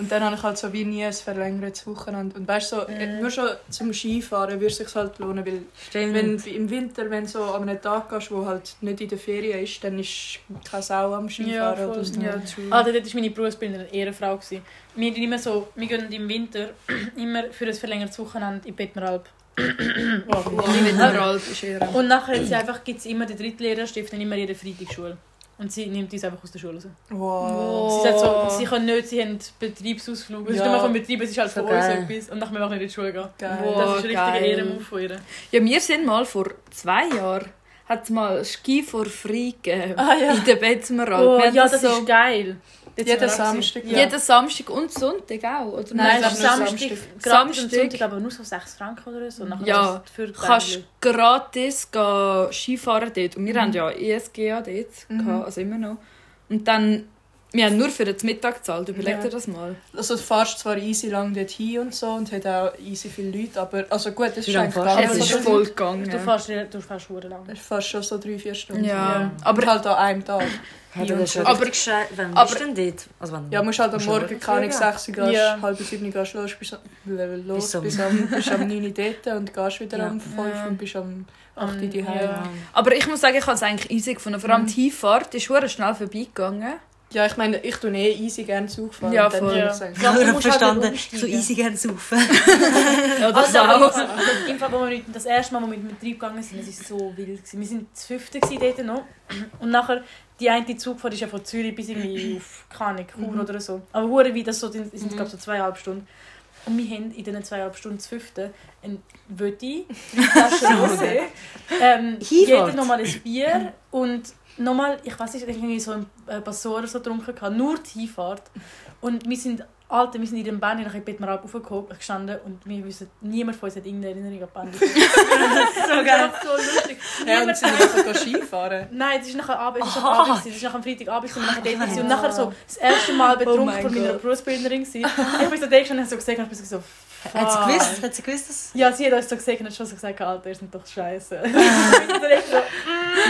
S4: Und dann habe ich halt so wie nie ein verlängertes Wochenende. Und weißt du, so, äh, nur schon zum Skifahren würde es sich halt lohnen, weil
S1: Stimmt.
S4: wenn, im Winter, wenn du so an einem Tag gehst, wo halt nicht in der Ferien ist, dann ist keine Sau am
S3: Ja,
S4: Skifahren
S3: voll.
S4: oder so.
S3: Ja,
S2: true.
S3: Ah, dort war meine Berufsbildnerin eine Ehrenfrau. gewesen. Wir gehen immer so, wir gehen im Winter *clears throat* immer für ein verlängertes Wochenende in Bettmeralp.
S2: Ich bin der Alp, ist eher.
S3: Und nachher hat sie einfach, gibt es immer den Drittlehrerstift und immer jede Freitagsschule. Und sie nimmt uns einfach aus der Schule raus.
S4: Wow.
S3: Sie sagt so, sie können nicht, sie haben Betriebsausflug. Es ist
S4: Ja.
S3: nicht mehr vom Betrieb, es ist halt
S1: So
S3: von uns
S1: geil.
S3: etwas. Und nachher machen wir nicht in die Schule gehen.
S4: Geil.
S3: Das ist richtig ein
S2: geil.
S3: Ehrenmove von ihr.
S2: Ja, wir sind mal vor zwei Jahren hat mal Ski for Free gegeben.
S3: Ah, ja.
S2: In der Betzmeral.
S3: Oh, ja, das ist geil. Dort sind wir
S4: Jeden
S3: auch
S4: Samstag.
S3: gewesen.
S4: ja.
S2: Jeden Samstag und Sonntag auch, oder?
S3: Nein,
S4: Nein,
S3: es ist
S4: es war nur
S3: Samstag.
S4: Samstag.
S3: Gratis und
S2: Samstag.
S3: Sonntag, aber nur so 6 Franken oder so. Nachher
S2: Ja,
S3: ist es für die
S2: Du kannst
S3: Bändchen.
S2: gratis gehen Skifahren dort. Und wir
S3: Mhm.
S2: haben ja E ESG auch dort, gehabt, also immer noch. Und dann, wir haben nur für den Mittag gezahlt, überleg
S4: Ja.
S2: dir das mal.
S4: Also du fährst zwar easy lang dort hin und so und hat auch easy viele Leute, aber also gut, das
S1: Wie
S4: ist
S1: lange
S4: eigentlich
S1: fährst du?
S4: gar
S2: Es
S4: nicht
S2: ist
S4: so
S2: voll
S3: Du
S2: gegangen.
S3: fährst, du fährst verdammt lang.
S4: Es ist fast schon so drei, vier Stunden.
S2: Ja,
S4: Aber
S2: aber
S4: halt an einem Tag.
S1: Hey, das ist schon
S2: Aber-
S1: richtig schei- Wann
S2: aber-
S1: bist du denn dort? Also wann?
S4: Ja, musst halt am
S1: Musst du
S4: Morgen,
S1: wirklich
S4: keine Ahnung,
S1: früh
S4: 6 Uhr gehst,
S3: Ja.
S4: halb 7 Uhr gehst du los, bist, am- los,
S1: Bis
S4: bis,
S1: am-
S4: am, bist am 9 Uhr dort und
S2: *laughs*
S4: gehst wieder
S1: Ja.
S4: am 5
S2: um- Ja. Mm,
S4: und bist am 8 Uhr
S3: Am-
S4: daheim.
S3: ja.
S1: Ja.
S3: Mhm.
S2: Aber ich muss sagen, ich habe es eigentlich easy gefunden. Vor allem die Heimfahrt ist hure schnell vorbeigegangen.
S4: Ja, ich meine, ich tue eh easy gerne Zug fahren.
S2: Ja,
S4: dann
S2: voll.
S4: würde
S3: Ja.
S4: Ich sagen.
S1: *laughs*
S4: *laughs*
S1: Ich habe
S3: musst halt
S1: verstanden,
S3: umsteigen.
S1: so easy gerne saufen.
S2: Ja, das
S3: Also,
S2: auch.
S3: im Fall, wo wir mit, das erste Mal, wo wir mit dem Betrieb gegangen sind, das war so wild. Gewesen. Wir sind zu fünften gewesen dort noch. Und nachher, die eine Zugfahrt ist ja von Zürich bis irgendwie auf keine Chur
S4: Mhm.
S3: oder so. Aber hure wie das so, das sind
S2: Mhm.
S3: glaube ich so zweieinhalb Stunden. Und wir haben in diesen zweieinhalb Stunden zu fünften ein Wötti,
S1: So.
S3: Rosé, ähm,
S1: Hinfahrt.
S3: jeder nochmal ein Bier und nochmal, ich weiß nicht, irgendwie so ein äh, Passor oder so getrunken, gehabt, nur die Hinfahrt. Und wir sind, Alter, wir sind in dem Band, ich bin mir aufgestanden und wir wissen, niemand von uns hat irgendeine Erinnerung *laughs* an die Band.
S1: so
S3: Das ist so lustig.
S4: Ja, und
S3: Niemand-
S4: sie sind sogar Skifahren.
S3: Nein, das ist nachher Abend, das ist
S1: Ah.
S3: am Abend, gewesen, das ist nachher am Freitagabend, und nachher dort gewesen. und
S1: Ja.
S3: nachher so das erste Mal betrunken
S2: mein
S3: von meiner
S2: Gott.
S3: Berufsbildnerin gewesen. Ich bin so da gestanden und habe so gesehen, und ich bin so, fuck.
S1: Hat sie gewusst? Hat sie gewusst, dass...
S3: Ja, sie hat uns so gesehen und hat schon so gesagt, Alter, *laughs* ihr seid doch scheiße. Ich bin direkt so,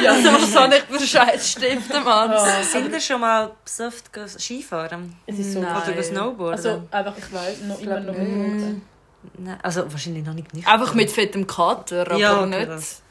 S2: Ja, *laughs* das kann ich für Scheiß stiften, Mann.
S3: ah.
S1: Sind ihr schon mal besoffen gegangen, Skifahren?
S3: Es ist so
S2: Nein.
S1: Oder Snowboarden?
S3: Also einfach, ich weiß, noch immer noch
S4: nicht.
S3: betrunken.
S1: Nein, also wahrscheinlich noch nicht nüchtern.
S2: Einfach mit fettem Kater, aber
S1: Ja, okay,
S2: nicht.
S1: das-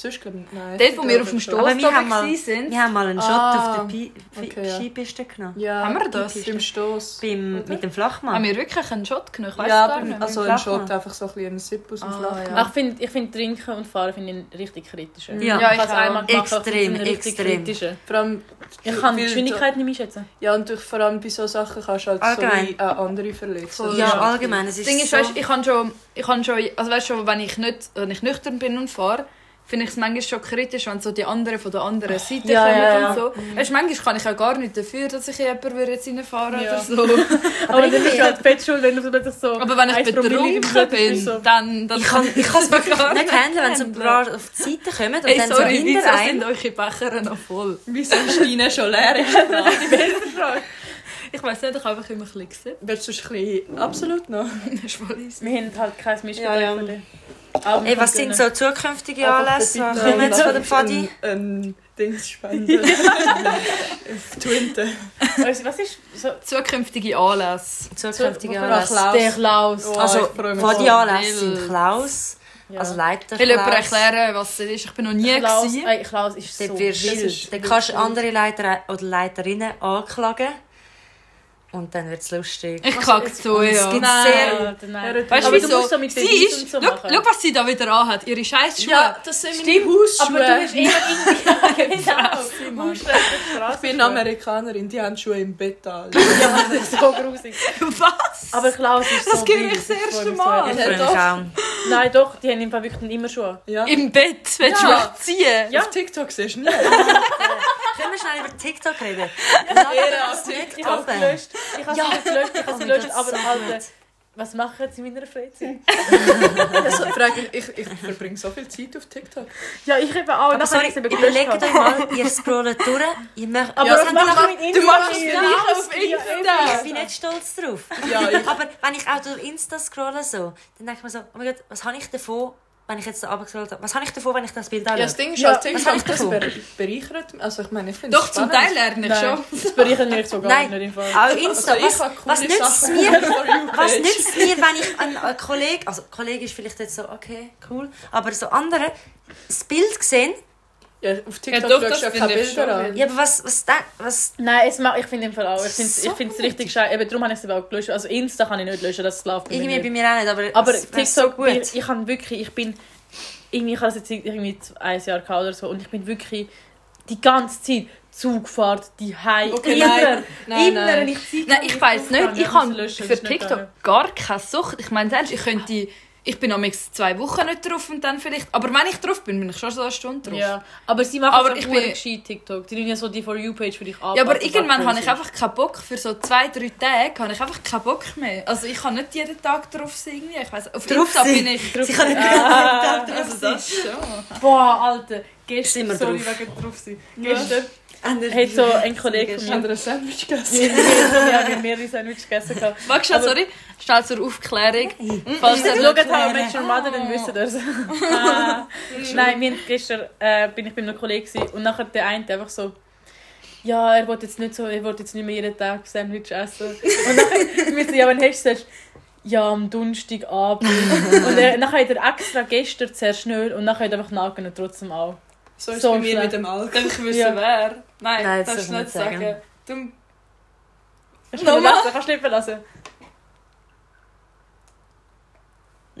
S4: Sonst glaube ich, nein.
S2: Dort, wo wir auf dem Stoff
S1: Aber wir haben mal-
S2: waren,
S1: Wir haben mal einen Shot
S4: Ah,
S1: auf der Pi Pi
S4: okay, ja.
S1: Skipiste genommen.
S4: Ja,
S2: Haben wir das?
S4: Beim Stoss.
S1: Beim,
S4: Oder?
S1: mit dem
S2: haben
S1: Flachmann.
S2: wir wirklich einen Shot genommen. Ich weiss
S4: Ja,
S2: gar
S4: beim-
S2: nicht.
S4: also
S1: Mit dem
S4: ein
S1: Flachmann.
S4: Shot, einfach so ein bisschen einen Sip aus dem
S2: Ah,
S4: Flachmann.
S2: ja.
S3: Ach, Ich finde ich find Trinken und Fahren finde ich richtig kritisch.
S1: Ja.
S2: Ja,
S3: ich habe
S2: ich
S3: es einmal
S2: auch.
S3: gemacht, aber ich
S1: Extrem,
S3: finde es richtig
S1: extrem.
S3: kritisch.
S4: Vor allem,
S3: Ich kann die
S4: weil-
S3: Geschwindigkeit nicht einschätzen.
S4: Ja, und durch, vor allem bei solchen Sachen kannst du halt
S1: Allgemein.
S4: so wie, äh, andere verletzen. halt
S2: Voll.
S1: ja,
S2: Ja.
S1: allgemein, es
S2: Das
S1: ist
S2: Ding ist,
S1: so...
S2: weißt, ich kann schon, ich kann schon, also weißt schon, wenn ich nicht, wenn ich nüchtern bin und fahre, finde ich es manchmal schon kritisch, wenn so die anderen von der anderen Seite
S3: Ja,
S2: kommen
S3: ja, ja.
S2: und so.
S1: Mhm.
S2: Weißt, manchmal kann ich auch gar nicht dafür, dass ich in jemanden würde jetzt reinfahren
S1: *laughs*
S3: Ja.
S2: oder so.
S3: Aber dann bist du halt fett schuld, wenn du plötzlich so...
S2: Aber wenn ich
S3: eins Promille im
S2: betrunken
S3: Kopf bist,
S2: bin,
S3: so-
S2: dann, dann
S1: ich kann ich kann es
S2: wirklich
S1: wirklich nicht handeln, wenn so ein paar auf die Seite kommen und
S2: Ey,
S1: dann so
S2: sorry, wieso
S1: hinter
S2: sind
S1: einem...
S2: eure Becher noch voll?
S4: Wieso ist deine schon leer?
S2: *laughs* Ich weiss nicht, ich habe einfach immer ein bisschen gesehen.
S4: Willst du es ein bisschen absolut noch?
S2: Das ist voll easy.
S3: Wir haben halt kein Mischgetränk.
S1: Ja, ja.
S3: Aber wir
S1: Ey, was
S3: können
S1: sind so zukünftige Anlässe? Was kommen jetzt von der Pfadi?
S4: Ein, ein Dings spenden. *laughs* Auf Twitter.
S3: gönnen. Also, Was ist so...
S2: Zukünftige Anlässe.
S1: Zukünftige
S3: Zu-
S1: Anlässe.
S4: Klaus.
S3: Der Klaus.
S4: Oh,
S1: Also,
S4: ich freu mich
S1: Pfadi
S4: so.
S1: Anlässe sind Klaus,
S3: Ja.
S1: also Leiter
S2: Ich will jemand
S1: Klaus.
S2: erklären, was das ist. Ich bin noch nie
S3: Klaus,
S2: gewesen.
S3: ey, Klaus ist so...
S1: Dann wirst
S3: das
S1: du wild.
S3: ist
S1: Dann kannst du
S3: wirklich-
S1: andere Leiter oder Leiterinnen anklagen. Und dann wird es lustig.
S2: Ich kacke zu,
S1: es
S2: ja.
S1: gibt
S3: Nein,
S1: sehr-
S3: Alter, nein.
S4: Er hat-
S2: Weißt
S3: Aber
S2: du, wieso?
S3: du musst so mit
S2: sie
S3: Beweis
S2: ist,
S3: und so
S2: schau,
S3: machen.
S2: schau, was sie da wieder anhat. Ihre scheiß Schuhe.
S4: das sind
S3: Stimmt, Aber du hast eh
S2: Mann. *laughs*
S3: immer irgendwie... Genau.
S4: Ich bin Amerikanerin, die haben Schuhe im Bett an.
S3: Ja, das ist so grusig.
S2: was?
S3: Aber Klaus ist so
S2: Das gebe
S3: wild,
S2: ich das
S3: freue
S2: erste
S3: mich so.
S2: Mal.
S1: Ich
S4: Ja,
S1: freue mich
S4: doch.
S1: auch.
S3: Nein, doch, die haben im Fall wirklich immer Schuhe.
S4: Ja.
S2: Im Bett. Willst du
S4: Ja.
S2: mich ziehen?
S3: Ja.
S4: Auf TikTok siehst du nie.
S1: Können wir schnell über TikTok
S4: *laughs*
S1: reden?
S3: Ich habe es gelöscht. Ich habe es
S1: Ja.
S3: wieder gelöscht. Ich habe es
S1: Oh mein
S3: gelöscht.
S1: Gott,
S3: Aber
S1: so
S3: Alter,
S1: gut.
S3: was machen sie in meiner Freizeit?
S2: *laughs*
S4: Also, frage ich, ich, ich verbringe so viel Zeit auf TikTok.
S3: Ja, ich eben auch.
S1: Aber sorry, überlegt euch mal, ihr scrollt durch.
S4: *laughs*
S1: Ihr möcht,
S3: *laughs* Aber
S1: Ja,
S3: was
S1: habt
S3: machen
S1: ihr-
S3: wir mit Insta?
S2: Du machst es
S3: Ja,
S2: gleich
S3: alles
S2: auf
S3: gleich.
S2: Insta.
S1: Ich bin nicht stolz drauf.
S4: Ja, ich,
S1: Aber wenn ich auch durch Insta scrolle, so, dann denke ich mir so, oh mein Gott, was habe ich davon, wenn ich jetzt da abgescrollt habe? Was habe ich davon, wenn ich das Bild
S4: ja, das
S1: anschaue?
S4: Ding ist, halt
S3: Ja,
S4: als
S1: was habe ich
S4: TikTok das
S1: davon?
S4: ber bereichert. mich. Also, ich meine, ich finde es
S2: Doch, zum
S4: spannend.
S2: Teil lerne ich
S3: Nein,
S2: schon.
S3: *laughs* das bereichert mich so gar
S1: Nein.
S3: nicht. Im Fall.
S1: Auch Insta,
S4: Also, ich
S1: was,
S4: habe coole
S1: was nützt es
S4: Sachen
S1: mir?
S4: auf der For You
S1: Was
S4: Page.
S1: nützt es mir, wenn ich einen, einen Kollegen, also Kollege ist vielleicht jetzt so, okay, cool, aber so andere das Bild sehen,
S4: Ja, auf TikTok
S2: Ja, doch,
S4: schaust du ja
S2: das
S4: keine
S2: finde ich
S4: Bilder
S2: schon
S4: an.
S2: wild.
S1: ja, aber was, was, da, was,
S3: Nein, es macht, ich finde im Fall auch. Ich finde es
S1: So
S3: richtig scheiße. Eben darum habe ich es eben auch gelöscht. Also Insta kann ich nicht löschen, das läuft bei mir
S1: irgendwie
S3: nicht.
S1: bei mir auch nicht, aber,
S3: Aber
S1: es
S3: TikTok,
S1: wär so gut.
S3: Ich, ich habe wirklich, ich bin, irgendwie, ich habe es jetzt irgendwie z- ein Jahr gehabt oder so und ich bin wirklich die ganze Zeit Zugfahrt, die Hei,
S4: Okay,
S3: immer,
S4: nein. Nein,
S3: immer,
S4: nein.
S3: wenn ich Zeit
S2: Nein,
S3: habe,
S2: ich weiß
S3: Zugfahrt,
S2: nicht.
S3: ja,
S2: Ich
S3: muss
S2: habe
S3: löschen,
S2: für
S3: ist nicht
S2: TikTok
S3: gegangen.
S2: gar keine Sucht. Ich meine, ernst, ich könnte... Ich bin am liebsten zwei Wochen nicht drauf und dann vielleicht... Aber wenn ich drauf bin, bin ich schon so eine Stunde drauf.
S3: Ja, aber sie machen
S2: Aber
S3: aber
S2: ich
S3: ich
S2: bin-
S3: gescheit TikTok. Die nehmen ja so die For You Page für dich ab. Also
S2: Ja, aber irgendwann habe ich einfach keinen Bock. Für so zwei, drei Tage habe ich einfach keinen Bock mehr. Also ich kann nicht jeden Tag drauf sein. irgendwie. Ich weiss, auf
S1: Drauf
S2: Insta
S1: sein.
S3: *laughs*
S2: bin ich...
S1: Sie kann nicht
S2: Also das schon.
S3: Boah, Alter,
S1: Sind
S3: gestern
S1: wir
S3: sorry
S1: drauf?
S3: wegen drauf sein.
S4: Ja.
S3: Gestern hat so ein Kollege
S4: Haben
S3: von mir,
S4: wir ein Sandwich gegessen?
S3: ja, *laughs* wir haben mehrere Sandwich gegessen gehabt.
S2: Magst du,
S3: Aber-
S2: sorry, schnell zur Aufklärung.
S3: Falls ihr
S2: Mhm.
S3: schaut, How I Met Your Mother, dann wisst ihr das. Ah. Nein, wir haben gestern äh, bin ich bei einem Kollegen gewesen und nachher der eine einfach so, ja, er wollte jetzt nicht so, er wollte jetzt nicht mehr jeden Tag Sandwich essen. Und nachher, wir so, ja, wenn hast du das? Ja, am Donnerstagabend. und er, nachher hat er extra gestern sehr schnell und nachher hat er einfach nachgegangen trotzdem auch.
S4: So ist es
S3: So
S4: bei mir
S3: schlecht.
S4: mit dem Alkohol.
S2: Darf ich wissen,
S3: Ja.
S2: wer? Nein,
S1: Nein, das
S2: darfst du
S1: darf ich
S2: nicht
S1: nicht sagen.
S2: sagen.
S3: Darum... Kannst du
S2: Nochmal?
S3: nicht verlassen, kannst du nicht verlassen.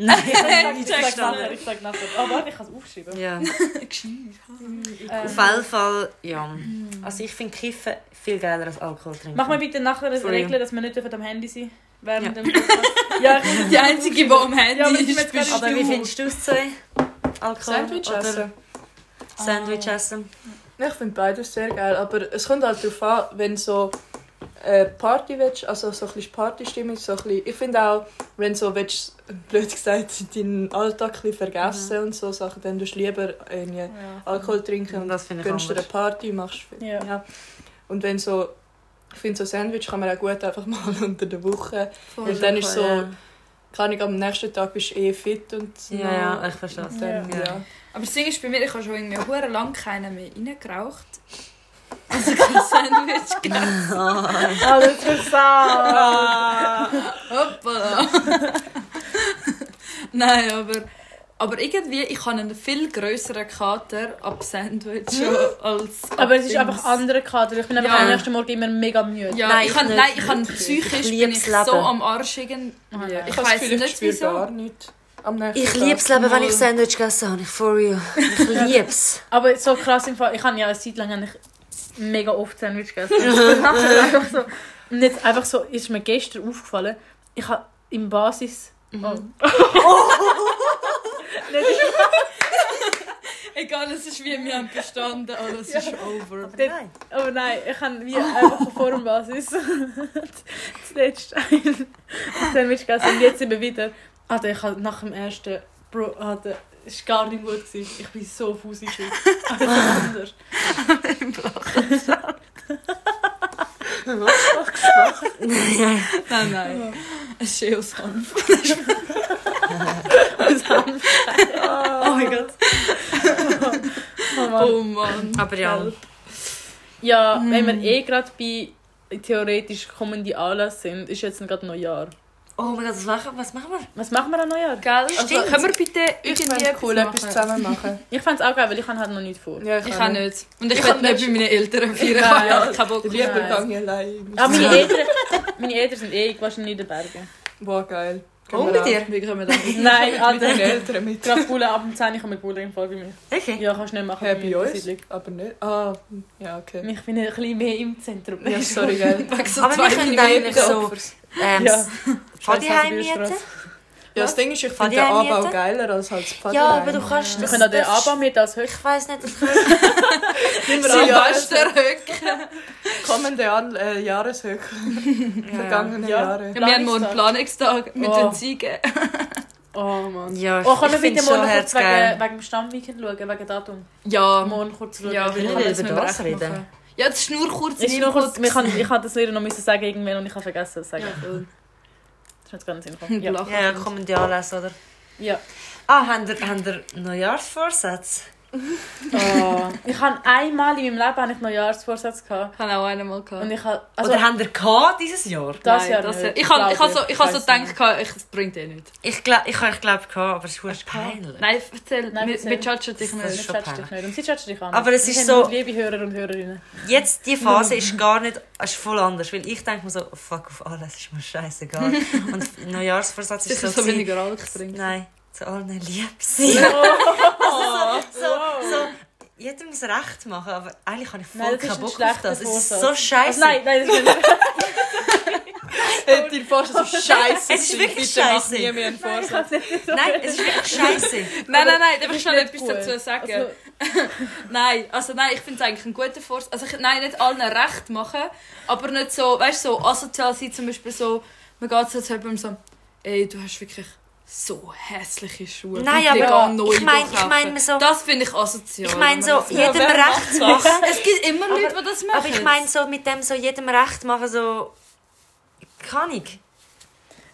S1: Nein, ich habe
S3: Ich
S1: nicht
S3: sag nachher,
S1: verstanden.
S3: ich sag nachher. Oh, warte, ich kann es aufschreiben.
S1: Ja. Auf
S3: Ähm,
S1: jeden Fall, ja. Also ich finde Kiffen viel geiler als Alkohol trinken.
S3: mach mal bitte nachher eine
S1: Sorry.
S3: Regel, dass wir nicht dürfen am Handy sein während
S1: Ja.
S3: dem Podcast. Ja, ich
S2: *laughs* Die einzige, die am Handy
S3: Ja, aber ich bin
S2: ist,
S3: jetzt
S2: bist
S3: gerade-
S1: Aber wie
S2: du.
S1: findest du es zwei? Alkohol
S4: Sandwich
S1: oder
S4: essen.
S1: Sandwich essen?
S4: Ich finde beides sehr geil, aber es kommt halt darauf an, wenn so äh, Party willst, also so ein bisschen Partystimmung, so ein bisschen, ich finde auch, wenn so willst, *laughs* blöd gesagt, deinen Alltag ein bisschen vergessen und so Sachen, dann tust du lieber irgendwie Alkohol trinken und
S1: Das finde ich
S4: gönnst dir eine
S1: anders.
S4: Party, machst
S3: Ja.
S4: Und wenn so, ich finde so Sandwich kann man auch gut einfach *laughs* mal unter der Woche,
S1: Voll.
S4: und dann ist so,
S1: Ja.
S4: kann ich am nächsten Tag bist du eh fit und
S1: Ja, ja, ich verstehe es.
S4: Und dann,
S1: Ja.
S4: ja.
S2: Aber das Ding ist bei mir, ich habe schon irgendwie hure lang keinen mehr reingeraucht. Also kein *laughs* Sandwich gegessen.
S3: Ah, das ist
S1: Ah.
S3: so.
S2: Hoppala. *laughs* Nein, aber, aber irgendwie, ich habe einen viel größeren Kater ab Sandwich schon als ab
S3: Aber es ist
S2: Dings.
S3: einfach ein anderer Kader. Ich bin einfach
S2: Ja.
S3: am nächsten Morgen immer mega müde.
S2: Ja,
S1: Nein,
S2: ich
S1: ich
S2: kann,
S1: nicht.
S2: nein, ich kann
S1: Wirklich.
S2: psychisch
S1: Ich
S2: bin
S1: lieb's
S2: ich so
S1: Leben.
S2: am Arsch irgendwie.
S3: Ja.
S2: Ich
S4: habe das
S2: weiß
S4: Gefühl,
S2: nicht
S4: spüre
S2: wieso.
S4: gar nichts am nächsten
S1: Ich
S4: Tag.
S1: liebe es Leben, wenn ich
S4: Null.
S1: Sandwich gegessen habe. Ich for real. Ich liebe es.
S3: Aber so krass im Fall, ich habe ja eine Zeit lang eigentlich mega oft Sandwich gegessen. Und nachher einfach so, und jetzt einfach so, ist mir gestern aufgefallen, ich habe im Basis... Oh.
S2: Egal, es ist wie wir haben bestanden, aber es Oh, ist over.
S1: Nein.
S3: Aber Oh nein, ich habe wie einfach vor dem Basis *laughs* zuletzt ein Sandwich gegessen und jetzt eben wieder. Also ich habe nach dem ersten, Bro, Alter, es war gar nicht gut. Gewesen. Ich bin so fusig. gewesen. Also anders.
S2: Nein, nein. eh Ein Scheelsanf.
S3: Oh mein Gott. Oh Mann.
S2: Oh Mann.
S1: Aber ja.
S3: Ja, wenn wir eh gerade bei theoretisch kommenden Anlass sind, ist jetzt gerade Neujahr.
S1: Oh mein Gott, was machen, was machen wir?
S3: Was machen wir an Neujahr?
S2: Gell? Also,
S1: Stimmt.
S2: können wir bitte
S4: Ich
S2: irgendwie
S4: finde cool, etwas
S2: machen?
S4: zusammen machen.
S3: Ich fände es auch geil, weil ich habe halt noch nichts vor.
S4: Ja,
S2: Ich kann nicht. Und ich,
S4: Ich
S2: will
S4: kann
S2: nicht
S4: nicht.
S2: bei meinen Eltern feiern.
S3: Nein.
S2: Ich habe keinen Bock auf
S4: Lieber
S3: Nein.
S4: gang ich allein.
S3: Ah, meine Eltern, meine Eltern sind eh wahrscheinlich in den *laughs* Bergen.
S4: War geil. Genau.
S2: Oh,
S4: Gehen
S2: mit
S4: wir
S2: dir? Wie können wir das?
S3: Nein,
S4: auch Mit den
S3: Alter.
S4: Eltern mit.
S3: Gerade Bullen ab dem 10 ich habe mit Bullen im Fall bei mir.
S1: Okay.
S3: Ja, kannst du nicht machen.
S4: Hey,
S3: bei mir in
S4: bei
S3: der
S4: uns?
S3: Siedlung.
S4: Aber nicht. Ah, ja, okay.
S3: Ich bin ein bisschen mehr im Zentrum.
S4: Ja, sorry, gell.
S2: Wegen so
S1: Aber wir
S2: zwei
S1: können
S2: Minuten.
S1: eigentlich so ähm,
S3: Ja.
S1: Bodyheim
S3: Scheiss,
S1: mieten.
S4: Ja, das Ding ist, ich
S1: Kann
S4: finde
S1: ich
S4: den
S1: auch mieten?
S4: Anbau geiler als halt das Pfad.
S1: Ja, aber du kannst
S3: Wir
S1: das.
S3: können auch den
S1: das-
S3: Abend mit als höchst.
S1: Ich weiß nicht, das
S2: Silvester Höck.
S4: Kommende An äh, Jahreshöhe, *laughs* vergangene
S3: Ja.
S4: Jahre.
S2: Wir haben morgen Planungstag mit
S3: Oh.
S2: den Ziegen.
S3: Oh Mann.
S1: Ja,
S3: Oh, können wir
S1: ich finde
S3: bitte
S1: es schon
S3: morgen kurz wegen,
S1: herzgeil.
S3: wegen dem Stammweekend schauen, wegen Datum?
S2: Ja.
S3: Morgen kurz schauen.
S2: Ja,
S1: Wir können
S2: Ja, das
S1: über
S2: müssen wir
S1: das
S2: echt
S1: reden.
S2: machen. Ja, das ist nur kurz.
S3: Ich, nur kurz, wir kann, ich hatte das leider noch müssen sagen irgendwann und ich habe vergessen zu sagen.
S2: Ja, voll.
S3: Das ist jetzt gerade in
S2: *laughs*
S3: den Sinn
S2: Und
S3: gekommen. Ja.
S2: lachen.
S1: Ja, kommen die alles, oder?
S3: ja.
S1: Ah, habt ihr, habt ihr Neujahrsvorsatz?
S3: Oh. Ich habe einmal in meinem Leben habe ich Neujahrsvorsätze gehabt.
S2: Ich habe auch einmal gehabt.
S3: Und ich habe, also,
S1: oder habt ihr gehabt dieses Jahr?
S3: das
S2: Nein,
S3: Jahr
S2: das
S3: nicht,
S2: Jahr. Ich habe ich hab
S3: glaube
S2: so, ich hab so
S3: Weiss nicht.
S2: gedacht, gehabt, ich, es bringt eh nicht.
S1: Ich glaube, ich, ich glaube gehabt, aber es ist peinlich.
S2: Nein, erzähl,
S3: Nein,
S2: wir,
S3: erzähl.
S2: wir judgen dich
S1: Das
S3: Ich
S1: ist
S2: nicht.
S1: schon
S3: judge dich
S1: peinlich.
S3: nicht. Und sie judge dich an.
S1: Aber es
S3: Wir
S1: ist
S3: sind
S1: so-
S3: Liebe Hörer und Hörerinnen.
S1: Jetzt, die Phase ist gar nicht, ist voll anders, weil ich denke mir so, fuck auf alles, ist mir
S3: *laughs*
S1: scheißegal. Und Neujahrsvorsatz ist
S2: Sicher
S1: so,
S2: so
S1: gewesen,
S2: weniger Alk trinken.
S1: nein, zu allen lieb
S3: *laughs*
S1: sein.
S3: Oh.
S1: Also so, so, so, jeder muss recht machen, aber eigentlich habe ich voll
S3: Nein, das ist
S1: keinen
S3: ein
S1: Bock auf
S3: schlechter
S1: das. Es ist so
S3: Vorsatz. Also
S1: scheiße.
S3: nein, nein, das ist nicht.
S2: *laughs*
S4: Hätte dir fast
S1: *laughs*
S4: so scheiße
S1: Es ist
S4: sein,
S1: wirklich
S4: bitte mach
S1: scheiße.
S4: nie mehr einen
S3: Ich
S4: Vorsatz.
S3: hab's nicht so.
S1: Nein, es ist
S3: *laughs*
S1: wirklich scheiße.
S2: Nein, nein, nein, darf ich
S3: ist
S2: schon
S3: nicht
S2: etwas
S3: gut.
S2: dazu sagen?
S3: Also,
S2: Nein, also nein, ich finde es eigentlich ein guter Vorsatz. Also ich, nein, nicht allen recht machen, aber nicht so, weißt du, so asozial sein, zum Beispiel so, man geht so zu jemandem so, ey, du hast wirklich so hässliche Schuhe.
S1: Nein,
S2: Bitte
S1: aber
S2: geh neu
S1: ich meine, ich
S2: kaufen.
S1: meine so,
S2: Das finde ich asozial.
S1: ich meine
S2: wenn man
S1: so,
S2: das-
S1: jedem recht zu machen.
S2: Es gibt immer Leute, die das machen.
S1: Aber ich meine so, mit dem so jedem recht machen, so, kann ich.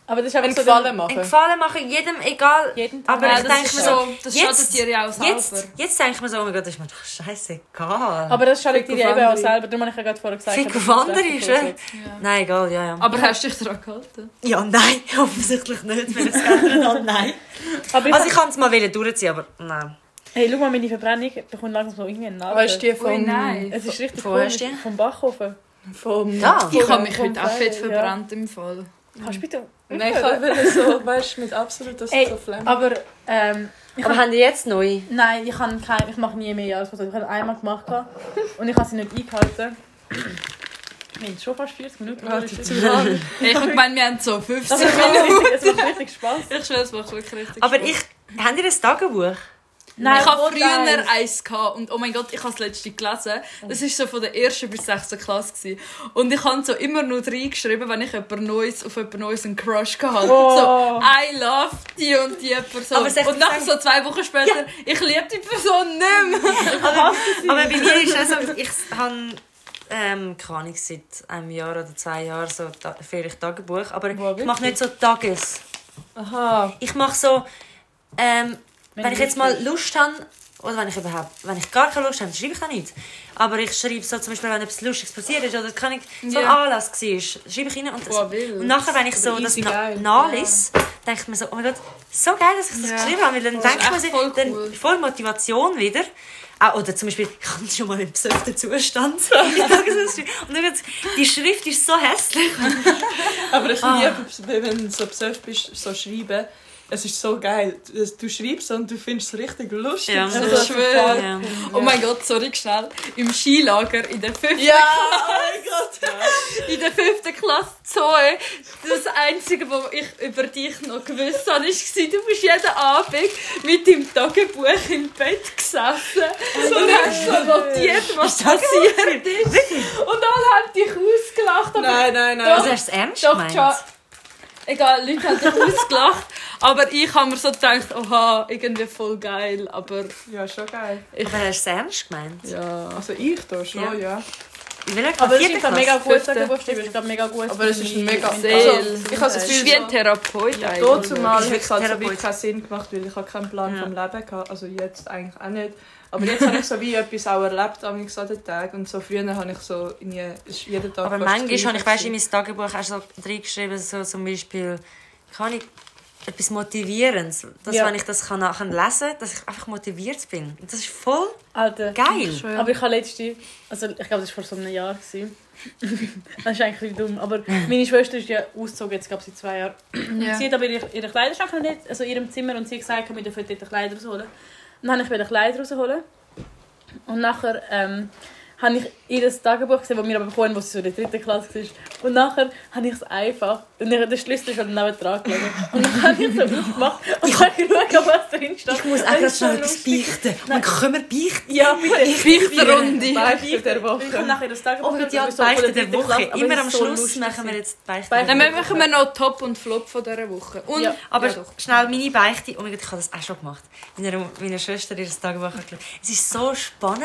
S3: aber das ist einfach
S4: Einen
S3: so
S4: Gefallen
S1: Ein
S4: machen.
S1: Gefallen machen, jedem egal.
S3: Jeden Tag.
S1: Aber
S2: Nein,
S1: ich
S2: das
S1: denke
S2: ist
S1: mir so,
S2: so, das
S1: jetzt-
S2: schadet dir ja auch selber.
S1: Jetzt, jetzt denke ich mir so, oh mein Gott, ist mir doch scheißegal.
S3: Aber das schadet dir
S4: Fick
S3: ja
S4: auf
S3: eben auch
S4: andere.
S3: selber. Darum habe ich ja gerade vorher gesagt.
S1: Fick
S3: aber das
S1: auf
S3: ist ein
S1: andere,
S3: schlechter
S1: ist,
S3: Vorsatz.
S2: Ja.
S1: nein, egal, ja, ja.
S2: Aber hast du dich daran gehalten?
S1: Ja, nein, *laughs* offensichtlich nicht, wenn es geändert hat, nein.
S3: Aber ich
S1: Also ich kann es mal wollen durchziehen, aber nein.
S3: Hey, schau mal, meine Verbrennung bekommt langsam so irgendwie einen Namen.
S4: Weißt du, die
S2: Ui,
S4: vom...
S2: nein.
S3: Es ist richtig
S1: Wo hast
S3: komisch.
S1: du die?
S3: Vom Backofen.
S4: Vom
S1: Da?
S2: Ich
S4: vom-
S2: habe mich
S4: vom
S2: heute auch fett
S4: Ferien,
S2: verbrannt im Fall.
S3: Kannst du bitte...
S4: Ja.
S1: *laughs*
S4: Nein, ich habe so, weißt du, mit absolut das
S3: Ey,
S4: so Flamme.
S1: ah.
S3: Aber, ähm... Ich
S1: Aber
S3: hab,
S1: haben die jetzt neu?
S3: nein, ich, kann kein, ich mache nie mehr Jahresvorsätze. Ich habe einmal gemacht gehabt und ich habe sie nicht eingehalten. Wir haben schon fast 40 Minuten.
S4: Ah, die
S3: Das *laughs*
S4: Zuhörer.
S2: Hey, Ich meine, wir haben so 15
S3: macht
S2: Minuten.
S3: richtig- es macht richtig Spaß.
S2: Ich schwöre, es macht wirklich richtig
S1: Also- Aber
S2: Spaß.
S1: ich... Habt ihr ein Tagebuch?
S2: ich habe
S3: wo
S2: früher
S3: deins?
S2: eins gehabt und oh mein Gott, ich habe das letzte gelesen. Das war so von der ersten bis sechsten Klasse. Gewesen. Und ich habe so immer nur reingeschrieben, wenn ich jemand Neues auf jemand Neues einen Crush hatte.
S3: Oh.
S2: So, I love die und die Person.
S1: Aber soll ich
S2: und nachher
S1: sagen-
S2: so zwei Wochen später, ich liebe die Person nicht mehr.
S1: Aber, aber bei mir ist es so, ich habe ähm, keine Ahnung, seit einem Jahr oder zwei Jahren so Ta- vielleicht Tagebuch, aber
S4: Wow,
S1: ich mache nicht so Tages.
S4: Aha.
S1: Ich mache so, ähm, wenn,
S3: Wenn
S1: ich
S3: du
S1: jetzt mal Lust habe, oder wenn ich überhaupt, wenn ich gar keine Lust habe, dann schreibe ich auch nicht. Aber ich schreibe so zum Beispiel, wenn etwas Lustiges passiert ist oder kann ich, so ein
S2: Ja.
S1: Anlass war, schreibe ich rein und, das,
S2: Boah, wild.
S1: und nachher, wenn ich so
S4: Aber
S1: das
S4: easy
S1: na
S4: geil.
S1: nachlese, denke ich mir so, oh mein Gott, so geil, dass ich das
S2: Ja.
S1: geschrieben habe, weil dann
S2: Das ist
S1: denke ich mir,
S2: echt
S1: so-
S2: voll
S1: dann
S2: cool.
S1: voll Motivation wieder. Ah, oder zum Beispiel, *laughs* ich habe schon mal im besoffenen
S2: *laughs*
S1: Zustand *laughs* meine Tagesausschrift. Und dann, die Schrift ist so hässlich.
S4: Aber ich
S1: Ah.
S4: liebe, es, wenn du so besorgt bist, so schreiben. Es ist so geil. Du du schreibst und du findest es richtig lustig.
S1: Ja.
S4: Also,
S2: Ich
S4: das ist
S2: schwöre.
S4: voll
S1: Ja.
S4: cool.
S2: Oh mein Gott, sorry, schnell. Im Skilager in der 5.
S4: Ja, oh mein Gott.
S2: in der fünften Klasse Zoe. Das Einzige, was ich über dich noch gewusst habe, war, du bist jeden Abend mit deinem Tagebuch im Bett gesessen
S4: Oh
S2: und hast so notiert, was passiert ist. Und alle haben dich ausgelacht. Aber
S4: Nein, nein, nein.
S1: Also hast du es ernst
S2: doch,
S1: gemeint?
S2: Cha- Egal, Leute haben dich ausgelacht. Aber ich habe mir so gedacht, oha, irgendwie voll geil. Aber
S4: Ja, schon geil.
S1: Aber hast du es ernst gemeint?
S2: ja.
S4: Also ich da schon,
S1: Ja.
S4: ja.
S1: In welcher
S3: Aber es
S1: Vierten
S3: ist ein
S1: Klasse?
S3: mega gut,
S2: Fünfte.
S3: sagen wir, stimmt, es ist ein mega gut. Also,
S4: Aber es ist ein mega... Also,
S2: Seel.
S4: ich habe das
S2: Es ist
S4: Gefühl,
S2: wie ein
S4: so-
S2: Therapeut eigentlich.
S4: Dazu mal
S1: Ich
S4: hat es halt so wie
S1: Therapeut.
S4: keinen Sinn gemacht, weil ich habe keinen Plan
S1: Ja.
S4: vom Leben gehabt. Also jetzt eigentlich auch nicht. Aber jetzt habe ich so wie etwas auch erlebt am nächsten Tag. Und so früher habe ich so in je- ist jeden Tag
S1: Aber
S4: fast
S1: manchmal habe ich,
S4: gleich
S1: weißt, in
S4: gewesen.
S1: mein Tagebuch auch so reingeschrieben, so zum Beispiel, kann ich etwas Motivierendes, dass
S3: Ja.
S1: wenn ich das kann, kann lesen kann, dass ich einfach motiviert bin. Und das ist voll
S3: Alter.
S1: geil.
S2: Schön.
S3: Aber ich habe letzte, also ich glaube, das war vor so einem Jahr. Gewesen. *laughs* das ist eigentlich ein bisschen dumm. Aber meine Schwester ist ja ausgezogen, jetzt glaube ich, seit zwei Jahren.
S2: Ja.
S3: Sie hat aber ihre, ihre Kleiderschrank nicht, also in ihrem Zimmer, und sie hat gesagt, wir dürfen dort die Kleider rausholen. Dann habe ich mir die Kleider rausholen. Und nachher ähm, habe ich ihr Tagebuch gesehen, das wir aber bekommen, als sie so in der dritten Klasse war. Und nachher habe ich es einfach, und ich, der Schlüssel ist dann neben dran gelegen. Und dann habe ich es so aufgemacht und habe geschaut, was drin steht.
S1: Ich muss
S3: Das
S1: auch gerade
S3: ist so
S1: schon etwas
S3: lustig.
S1: beichten. Man können wir beichten?
S3: Ja, bitte.
S2: Beichterrunde.
S3: Beichte
S4: der Woche.
S3: Ich kann nachher das Tagebuch
S1: Oh, die
S3: so von
S1: Beichte der
S3: dritten
S1: Woche.
S3: Klasse, aber
S1: Immer
S3: es
S1: am
S3: ist so
S1: Schluss
S3: lustig.
S1: machen wir jetzt Beichte.
S3: Beichte-
S1: der
S2: Dann
S1: Woche.
S2: machen wir noch Top und Flop von dieser Woche. Und
S3: Ja.
S1: Aber
S2: Ja, doch.
S1: schnell meine Beichte. Oh mein Gott, ich habe das auch schon gemacht. Meine, meine Schwester ihr Tagebuch angeschaut. Es ist so spannend,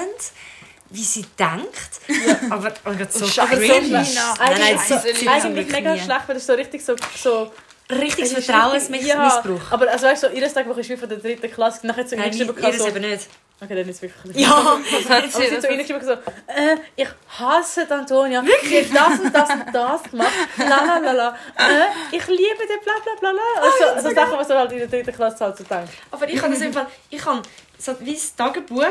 S1: wie sie denkt. Aber oh mein Gott, so
S2: Scheiße,
S1: cringe.
S2: Nina.
S1: Nein, nein,
S3: Eigentlich,
S1: so,
S2: Eigentlich
S1: sie
S3: so,
S1: zum
S3: eigentlich
S1: Glück
S3: mega
S1: nie.
S3: schlecht, weil das so richtig so... so
S1: Richtiges
S3: es ist
S1: Vertrauensmissbrauch.
S3: richtig- Ja, aber also weißt du, so, ihr Tagebuch ist wie von der dritten Klasse. Nachher hat sie so
S1: Nein,
S3: reingeschrieben,
S1: ihr
S3: so...
S1: eben nicht.
S3: Okay, dann ist es wirklich...
S1: Ja,
S2: Das
S1: *laughs*
S2: hat
S3: Aber sie hat so reingeschrieben, so... Äh, ich hasse die Antonia. Wirklich? Sie hat das und das und das gemacht. La la la la. Äh, ich liebe den bla bla bla
S1: Ah,
S3: la. Also, so Sachen, was du halt in der dritten Klasse halt so denkst.
S1: aber ich habe das im Fall, ich habe so wie das Tagebuch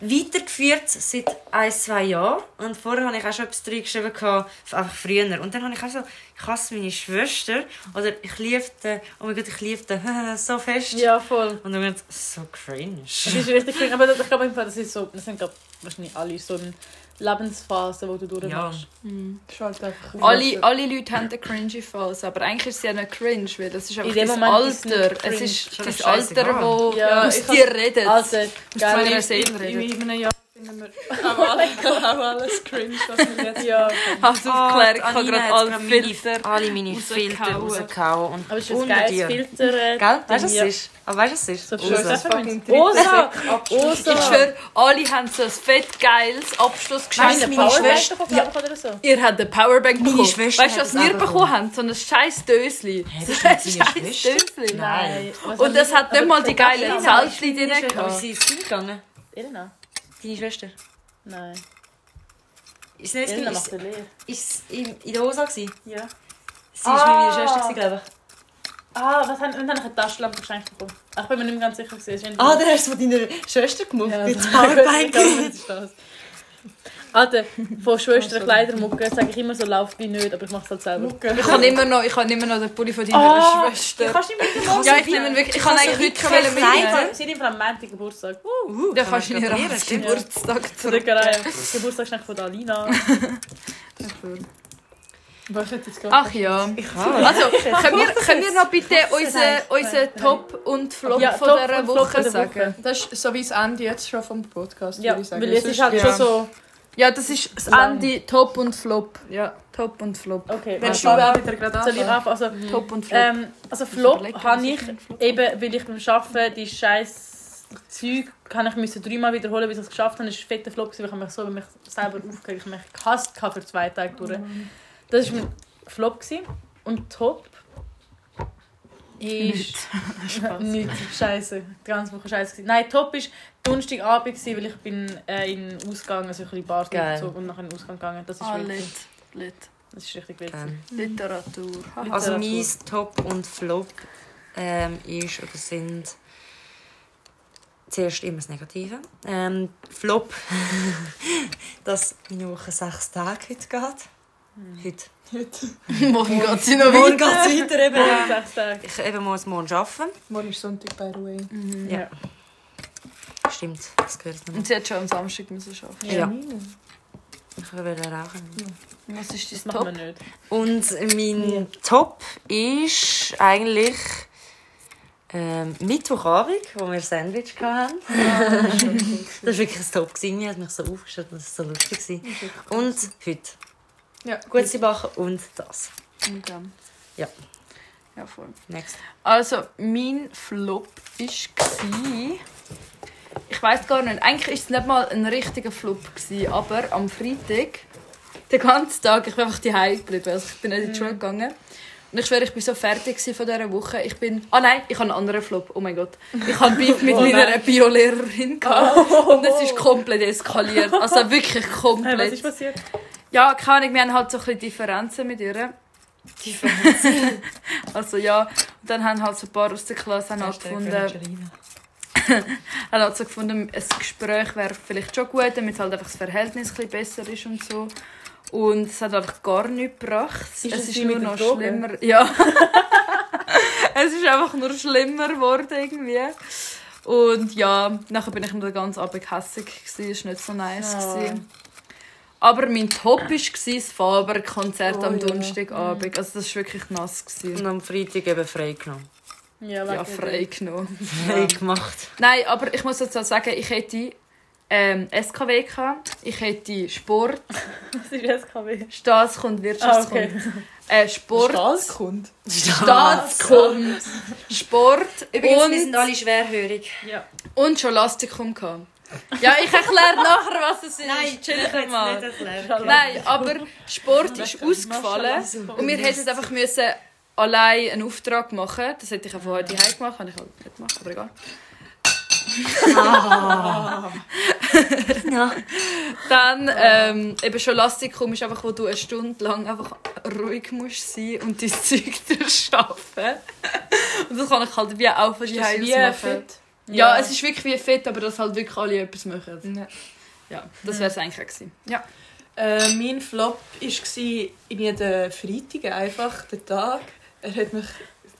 S1: weitergeführt seit ein, zwei Jahren. Und vorher habe ich auch schon etwas reingeschrieben, gehabt, einfach früher. Und dann habe ich auch so, ich hasse meine Schwester. Oder ich liebe den, oh mein Gott, ich liebe den *laughs* so fest.
S3: Ja, voll.
S1: Und dann wird so cringe.
S3: Das ist richtig cringe, aber das- ich glaube, im Fall, das ist so, das sind glaube wahrscheinlich alle so eine Lebensphase, die du
S1: Ja.
S3: durchmachst.
S4: Das ist halt einfach
S2: Hm. Alle, alle Leute haben eine cringe Phase, aber eigentlich ist sie ja nicht cringe, weil das ist einfach
S3: dem
S2: dein
S3: Moment ist es nicht
S2: Alter.
S3: cringe.
S2: Es ist
S1: Schon
S2: dein
S1: das
S2: Alter,
S1: scheißegal.
S2: wo
S3: Ja,
S2: aus
S3: ich
S2: dir redet.
S3: Also,
S2: von
S3: geil.
S2: ihrer Seele
S4: In,
S2: redet.
S4: in
S3: *laughs*
S4: einem Jahr finden wir auch, alle, auch alles cringe, was wir jetzt...
S3: Ja,
S2: Also
S1: ah,
S2: Aufklärung, ich habe
S1: Anina
S2: gerade
S1: hat
S2: alle
S1: gerade meine-
S2: Filter.
S1: Alle meine
S2: Rausgehauen.
S1: Filter rausgehauen. Und
S3: aber es ist
S1: unter
S3: ein geiles
S1: dir.
S3: Filter. äh,
S1: Gell? Weißt du, was
S3: Ja.
S1: es ist? Aber weißt du, was es ist?
S3: So schön.
S1: Rosa.
S4: Das ist fucking
S3: Osa!
S2: Ich
S3: Osa!
S2: schwöre, alle haben so ein fett geiles
S1: Weißt
S2: Abschlussgeschenk.
S1: du,
S3: Meine
S1: meine
S3: Powerbank
S1: Schwester-
S3: davon, glaub ich, oder so.
S2: Ihr habt eine Powerbank
S1: Meine
S2: bekommen.
S1: Schwester
S2: weißt du,
S1: hat
S2: was
S1: das
S2: wir
S1: auch
S2: bekommen
S1: bekommen.
S2: haben? So ein scheiß Dösli.
S1: Hä,
S2: So
S1: das
S2: ein
S1: hat
S2: *laughs*
S1: sie
S2: scheiß
S1: nicht gewusst?
S2: Dösli.
S1: Nein.
S3: was
S2: Und das
S3: soll
S2: hat
S3: ich-
S2: nicht mal
S3: aber
S2: die geilen
S3: Elena-
S2: Zeltchen drin
S1: Aber
S2: gehabt.
S1: sie ist hingegangen.
S3: Elena?
S1: Deine Schwester.
S3: Nein.
S1: Ist nicht
S3: Elena macht
S1: ist,
S3: eine Lehre.
S1: ist in, in der Osa gewesen.
S3: Ja.
S1: Sie war
S3: Ah.
S1: meine Schwester, glaube ich.
S3: Ah, was haben, und dann habe ich eine Taschenlampe geschenkt bekommen. Ach, ich bin mir nicht mehr ganz
S4: Ah,
S3: sicher. gewesen. Es ist entweder-
S1: dann hast du es von deiner Schwester gemacht.
S3: Ja,
S1: mit
S3: *laughs* das-
S1: Powerbank.
S3: Ich glaube, das ist das. Alter, von Schwesterkleidermucke sage ich immer so, lauf die nicht, aber ich mache es halt selber.
S2: Ich habe immer noch, ich habe immer noch den Pulli von deiner
S3: Ah,
S2: Schwester.
S3: Kannst du nicht mit dem
S2: ja, ich nehme ihn wirklich. Ich habe eigentlich heute
S1: können
S2: können
S1: Kleider?
S2: mitnehmen.
S1: Nein.
S3: Sie haben am Montag Geburtstag. Uh,
S1: Uh,
S2: Dann kannst du
S1: kann
S2: in
S1: man
S2: ihren
S1: probieren, stimmt.
S2: Geburtstag
S3: zu
S2: zurück.
S3: der Gereihe. Geburtstagsgeschenk von der Alina.
S4: Aber ich hätte jetzt gar
S2: Ach ja. Also, können wir, können wir noch bitte unseren unsere Top und Flop
S3: Ja,
S2: von
S3: Top
S2: dieser
S3: und Flop
S2: Woche
S3: von der
S2: sagen?
S3: Woche.
S4: Das ist so wie das Ende jetzt schon vom Podcast,
S3: Ja,
S4: würde ich sagen. genau
S3: weil jetzt ist halt
S2: ja.
S3: schon so...
S2: Ja, das ist das
S3: Lang.
S2: Ende Top und Flop.
S4: Ja.
S2: Top und Flop.
S3: Okay,
S4: Willst du
S3: also,
S4: auch wieder gerade
S3: soll ich
S4: anfangen?
S3: anfangen? Also,
S2: Top und Flop.
S3: ähm, also Flop
S2: überlegen,
S3: habe
S2: was
S3: ich, eben weil ich beim Arbeiten die scheiß Zeug kann ich müssen dreimal wiederholen, bis ich es geschafft habe. Das war ein fetter Flop, weil ich habe mich so über mich selber aufgeregt habe. Ich habe mich gehasst hatte für zwei Tage durch. Das war mein Flop. gewesen. Und Top ist... Nichts. Scheiße. Die ganze Woche scheiße. gewesen. Nein, top ist Donnerstagabend, gewesen, weil ich bin äh, in den Ausgang, also ich bin in die Bar
S1: Geil.
S3: gezogen und nachher in den Ausgang gegangen. Das ist,
S2: Ah,
S3: wild.
S2: Lit. Lit.
S3: das ist richtig wild.
S1: Gerne.
S3: gewesen.
S2: Literatur. Haha.
S1: Ähm, Also
S3: Literatur.
S1: mein Top und Flop ähm, ist oder sind zuerst immer das Negative. Ähm, Flop, *laughs* dass meine Woche sechs Tage heute geht.
S3: Mhm.
S1: Heute.
S2: *laughs* Morgen geht sie noch
S1: Morgen
S2: wieder.
S1: geht es weiter eben.
S3: Sechs Tage.
S1: Ich eben muss morgen arbeiten.
S4: Morgen ist Sonntag, by the way.
S3: Mhm.
S1: Ja. Stimmt, das gehört
S2: Und
S1: nicht.
S2: sie hat schon am Samstag müssen arbeiten.
S1: Ja. ja. Ich will rauchen.
S2: Was ist
S3: Das
S2: dein
S3: machen wir
S2: Top?
S3: nicht.
S1: Und mein Top ist eigentlich ähm, Mittwochabend, wo wir Sandwich hatten. Ah, das war *laughs* wirklich ein Top. gewesen. Mir hat mich so aufgeschüttet und es war so lustig. gewesen. Und heute.
S4: Ja.
S1: Gute Bachen und das.
S2: Und, ähm,
S1: Ja.
S2: Ja, voll.
S1: Next.
S2: Also, mein Flop ist gsi. Ich weiß gar nicht. Eigentlich ist es nicht mal ein richtiger Flop gsi, aber am Freitag den ganzen Tag, ich bin einfach die geblieben. Also ich bin
S3: Mhm.
S2: nicht in die Schule gegangen. Und ich schwöre, ich bin so fertig gsi von dieser Woche. Ich bin. Ah nein, ich habe einen anderen Flop. Oh mein Gott. Ich habe Beef
S3: *laughs* Oh
S2: mit meiner Biolehrerin gehabt. Und es ist komplett eskaliert. Also
S3: *laughs*
S2: wirklich
S3: Hey, was
S2: komplett.
S3: ist passiert?
S2: Ja, keine Ahnung, wir haben halt so ein bisschen Differenzen mit ihr. Differenzen? *laughs* also ja, und dann haben halt so ein paar aus der Klasse haben halt gefunden, haben *laughs* halt so gefunden, ein Gespräch wäre vielleicht schon gut, damit halt einfach das Verhältnis ein bisschen besser ist und so. Und es hat einfach gar nichts gebracht.
S3: es
S2: es ist
S3: die
S2: nur
S3: mit den
S2: noch
S3: Drogen?
S2: schlimmer. *laughs* Ja. es ist einfach nur schlimmer geworden irgendwie. Und ja, nachher bin ich nur den ganzen Abend hässig. Es war nicht so nice.
S3: Ja.
S2: gewesen. Aber mein Top war das Faber-Konzert
S4: Oh,
S2: am
S4: ja.
S2: Donnerstagabend. Also das war wirklich nass.
S1: Und
S2: Gewesen.
S1: am Freitag eben frei genommen.
S3: Ja, wegen- *laughs*
S2: Ja, frei genommen.
S1: Frei gemacht.
S2: Nein, aber ich muss jetzt auch sagen, ich hätte ähm, SKW gehabt, ich hätte Sport,
S3: Das ist Ah, SKW.
S2: Staatskunde, Wirtschaftskunde. äh, Sport,
S4: Stahlkund.
S2: Staatskunde, Sport und,
S1: alle schwerhörig.
S3: Ja.
S2: und Scholastikum gehabt. Ja, ich erkläre nachher, was es ist. Chill mal. Nein, aber Sport ist ausgefallen und wir hätten einfach müssen allein einen Auftrag machen. Das hätte ich auch von heute heim gemacht, habe ich halt nicht gemacht, aber egal.
S1: Ah. *laughs* Ja.
S2: Dann ähm, eben schon Lastikum ist einfach, wo du eine Stunde lang einfach ruhig musst sein und dein *laughs* Zeug durchschaffen. Und das kann ich halt wie auch von
S4: Ist
S2: dir
S4: das
S2: heim
S4: wie
S2: machen.
S4: ein Fit?
S2: Ja,
S3: Ja.
S2: es ist wirklich wie ein Fit, aber dass halt wirklich alle etwas machen.
S4: Nein.
S2: Ja, das wäre es eigentlich auch gewesen. Ja.
S4: Äh, mein Flop war in jeden Freitag einfach, der Tag. Er hat mich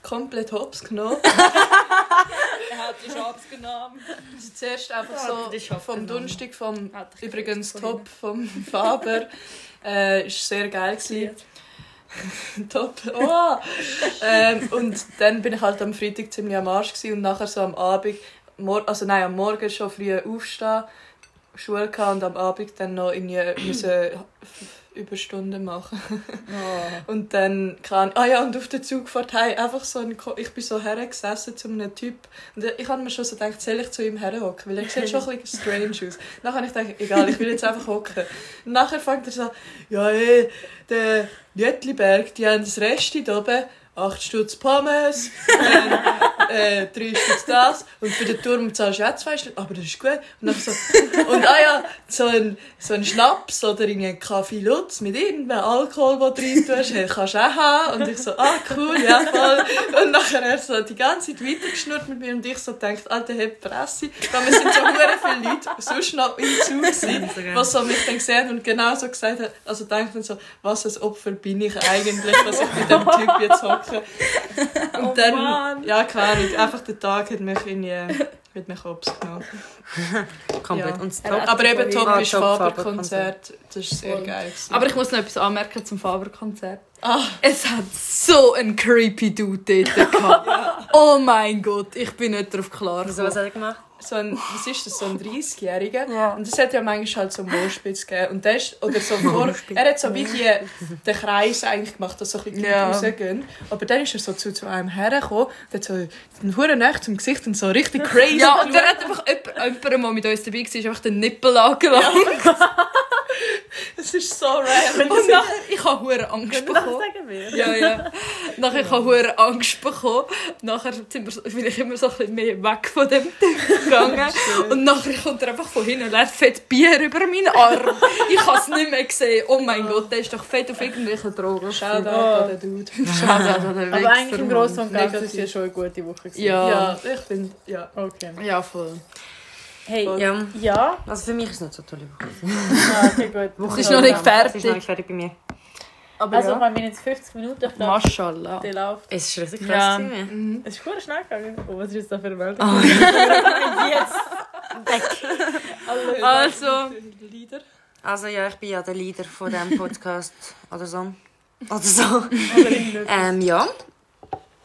S4: komplett hops
S1: *laughs*
S4: genommen.
S3: Er hat die Jobs genommen.
S4: Also zuerst einfach
S1: Ja, das Ah, ist
S4: so
S1: hops
S4: vom
S1: genommen.
S4: Donnerstag, vom
S2: Hat dich
S4: übrigens
S2: vorhin.
S4: Top vom Faber,
S1: *laughs*
S4: äh, ist sehr geil gewesen. *laughs* Top. Oh. ähm, und dann bin ich halt am Freitag ziemlich am Arsch gewesen und nachher so am Abend, mor also nein, am Morgen schon früh aufstehen, Schule gehabt und am Abend dann noch irgendwie
S1: *clears throat*
S4: müssen Überstunden machen.
S3: Oh.
S4: *laughs* Und dann kann ah ja, und auf den Zug fährt hey, einfach so ein Ko ich bin so hergesessen zu einem Typ und ich habe mir schon so gedacht, soll ich zu ihm herhocken, weil er sieht schon ein bisschen strange aus. Dann habe ich gedacht, egal, ich will jetzt einfach hocken. Und nachher fängt er so, ja ey, der Jütliberg, die haben das Rest hier oben, 8 Stutz Pommes, äh, äh, 3 Stutz das und für den Turm zahlst du auch 2 Stutz, aber das ist gut. Und dann so, und ah ja, so ein, so ein Schnaps oder irgendein Kaffee Lutz mit irgendeinem Alkohol, den du drin tust, hey, kannst du auch haben. Und ich so, ah cool, ja voll. Und ah, nachher er so die ganze Zeit weitergeschnurrt mit mir und ich so denkt, alter, hey, Presse. Weil wir sind so hure viel Leute sonst noch im Zug waren, was so mich dann gesehen und genau so gesagt hat, also denkt dann so, was ein Opfer bin ich eigentlich, dass ich bei dem Typ jetzt hocke. Und
S2: Oh
S4: dann,
S2: Mann.
S4: ja keine Ahnung, einfach der Tag hat mich in hat mich hops genommen.
S1: Komplett.
S4: Ja.
S1: Und das
S3: Er
S1: Top.
S3: hat-
S4: Aber eben
S1: Ah,
S4: Top ist
S1: Top,
S4: Faber-Konzert, das war sehr
S2: Voll.
S4: geil. gewesen.
S2: Aber ich muss noch etwas anmerken zum Faber-Konzert.
S4: Ah.
S2: Es hat so einen creepy Dude dort gehabt. Oh mein Gott, ich bin nicht darauf klar
S1: Also, was hat
S2: gekommen.
S1: er gemacht?
S4: so ein, was ist das, so ein 30-Jähriger.
S3: Ja.
S4: Und es hat ja manchmal halt so Moorspitz gegeben. Und der ist, oder so vor, er hat so wie die, den Kreis eigentlich gemacht, dass so ein bisschen die Leute
S2: Ja.
S4: rausgehen. Aber dann ist er so zu, zu einem hergekommen, der hat so einen hohen Nacht zum Gesicht und so richtig crazy.
S2: Ja, und er hat einfach jemand, jemand, der mit uns dabei war, einfach den Nippel angelassen.
S4: *laughs* Es ist so random.
S2: Und nachher, ich habe hure Angst
S3: Können wir das
S2: bekommen.
S3: sagen? Wir?
S2: Ja, ja. Nachher ich habe hure Angst bekommen. Nachher sind wir, so- bin ich immer so ein bisschen mehr weg von dem Typ gegangen. Und nachher kommt er einfach von hinten und lädt fett Bier über meinen Arm. Ich habe es nicht mehr gesehen. Oh mein Gott, der ist doch fett auf irgendwelche Drogen. also
S4: Schau
S3: Oh.
S4: da, der Dude.
S3: Aber
S2: Aber
S3: eigentlich im Großen und Ganzen war es
S4: Negativ.
S3: ja schon eine gute Woche. gewesen.
S2: Ja.
S4: Ja, ich bin, ja.
S3: Okay.
S2: Ja, voll.
S3: Hey,
S1: Ja.
S3: ja.
S1: Also, für mich war es nicht so toll. Woche.
S3: Ah, okay, gut.
S2: Es ist noch nicht
S1: Es ist noch
S2: fertig.
S1: nicht fertig bei mir.
S2: Aber
S3: Also,
S2: ja.
S3: wir haben jetzt 50 Minuten. Ich glaube,
S2: Maschallah.
S3: der läuft.
S1: Es ist richtig
S2: Ja.
S1: krass. Ja.
S4: Mhm.
S3: Es ist gut schnell gegangen. Oh, was ist jetzt da für eine Meldung?
S1: Oh.
S3: *laughs* jetzt.
S2: Also.
S4: Lieder.
S1: Also, ja, ich bin ja der Leader von diesem *laughs* Podcast. Oder so. Oder so.
S3: Oder in Minuten.
S1: Ähm, ja.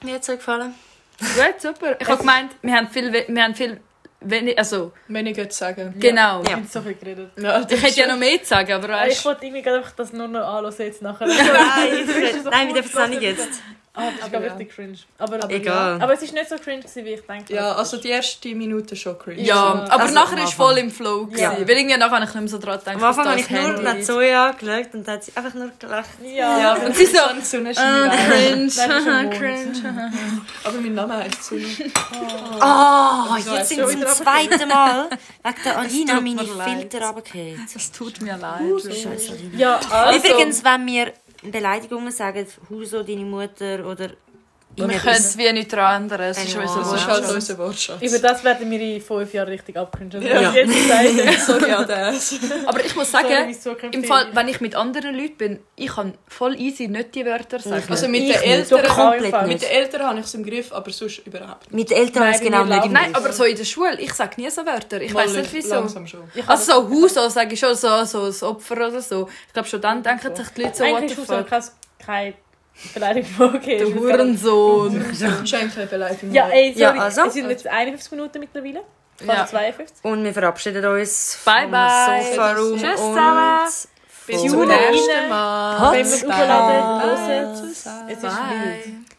S1: Mir hat es gefallen.
S2: Gut, super. Ich habe gemeint, wir haben viel, we- wir haben viel wenig, also,
S4: Weniger zu sagen.
S2: genau.
S1: Ja.
S3: Ich habe so viel geredet.
S4: Ja,
S2: Ich hätte ja noch mehr zu sagen, aber
S3: Ah, Ich
S2: weißt
S3: wollte irgendwie gerade einfach das nur noch anhören jetzt nachher.
S1: Nein,
S3: Das ist so
S1: nein, wir
S3: cool,
S1: dürfen es noch nicht
S3: dass-
S1: jetzt.
S3: Ah, das ist
S4: Aber
S3: glaube
S4: ja.
S3: richtig cringe. Aber, aber,
S1: Egal.
S3: aber es ist nicht so cringe, gewesen, wie ich denke.
S4: ja, also die erste Minute schon cringe.
S2: Ja,
S3: Ja.
S2: aber
S1: Also,
S2: nachher
S1: am
S2: war
S1: Anfang.
S2: voll im Flow.
S3: Ja.
S2: Ja. Weil irgendwie nachher habe ich nicht mehr so dran gedacht.
S1: Am Anfang
S2: dass
S1: habe
S2: das
S1: ich nur
S2: Handy-
S1: nach Zoya geschaut und hat sie einfach nur gelacht.
S3: Ja.
S4: Ja,
S2: Und sie so, Ah,
S4: so ein Sonnenschein.
S3: Nein,
S2: cringe,
S3: das ist ein
S2: cringe.
S4: Aber mein Name heißt Sonne.
S1: Oh,
S4: Das war
S1: jetzt sind
S4: schon
S1: sie zum
S4: wieder
S1: zweiten Mal wegen der Alina
S2: tut mir
S1: meine
S2: leid.
S1: Filter runtergefallen.
S2: Es tut mir leid.
S1: Scheiße, Alina.
S3: Ja, also.
S1: Übrigens, wenn wir Beleidigungen sagen, Huso, deine Mutter oder
S2: Wir können
S1: Ines,
S2: es wie nichts daran ändern. Es ist
S1: Genau.
S2: unser
S4: Das
S1: Ja.
S4: ist halt
S2: Wortschatz.
S4: unser Wortschatz.
S3: Über das werden wir in fünf Jahren richtig abcringen. Also,
S4: Ja.
S3: Jetzt
S4: *laughs*
S3: sagen.
S4: Sorry an das.
S2: Aber ich muss
S3: Sorry,
S2: sagen,
S3: mein zukünftiges-
S2: im Fall, wenn ich mit anderen Leuten bin, ich kann voll easy nicht die Wörter
S1: Mhm.
S2: sagen.
S4: Also mit
S3: Ich
S4: den
S3: nicht.
S4: Eltern,
S3: Doch,
S1: komplett
S3: Anfang.
S4: mit den
S1: nicht.
S4: Eltern habe ich es im Griff, aber sonst überhaupt nicht.
S1: Mit den Eltern
S3: Nein,
S1: ist genau
S3: wir
S1: nicht im
S3: laufen-
S2: Nein,
S1: Griff.
S2: aber so in der Schule, ich sage nie so Wörter. Ich weiß nicht wieso.
S4: Langsam schon.
S3: Ich habe-
S2: Also so Huso sage ich schon, so, so ein Opfer oder so. Ich glaube, schon dann denken sich die Leute so, what
S3: Eigentlich
S2: the
S3: ist so
S2: fuck.
S3: kein, keine Beleidigung *laughs* okay.
S2: Der Hurensohn. *laughs*
S4: Das ist eigentlich eine Beleidigung.
S3: Ja, ey, sorry.
S1: Ja, also.
S3: Es sind jetzt 51 Minuten mittlerweile. Fast
S2: Ja.
S3: 52.
S1: Und wir verabschieden uns
S2: Bye, bye.
S1: Sofa Room
S2: Tschüss
S1: und
S2: zusammen.
S1: Bis
S3: zum nächsten
S4: Mal.
S3: Wenn wir aufladen, hören. Es ist
S2: Bye.
S3: wild.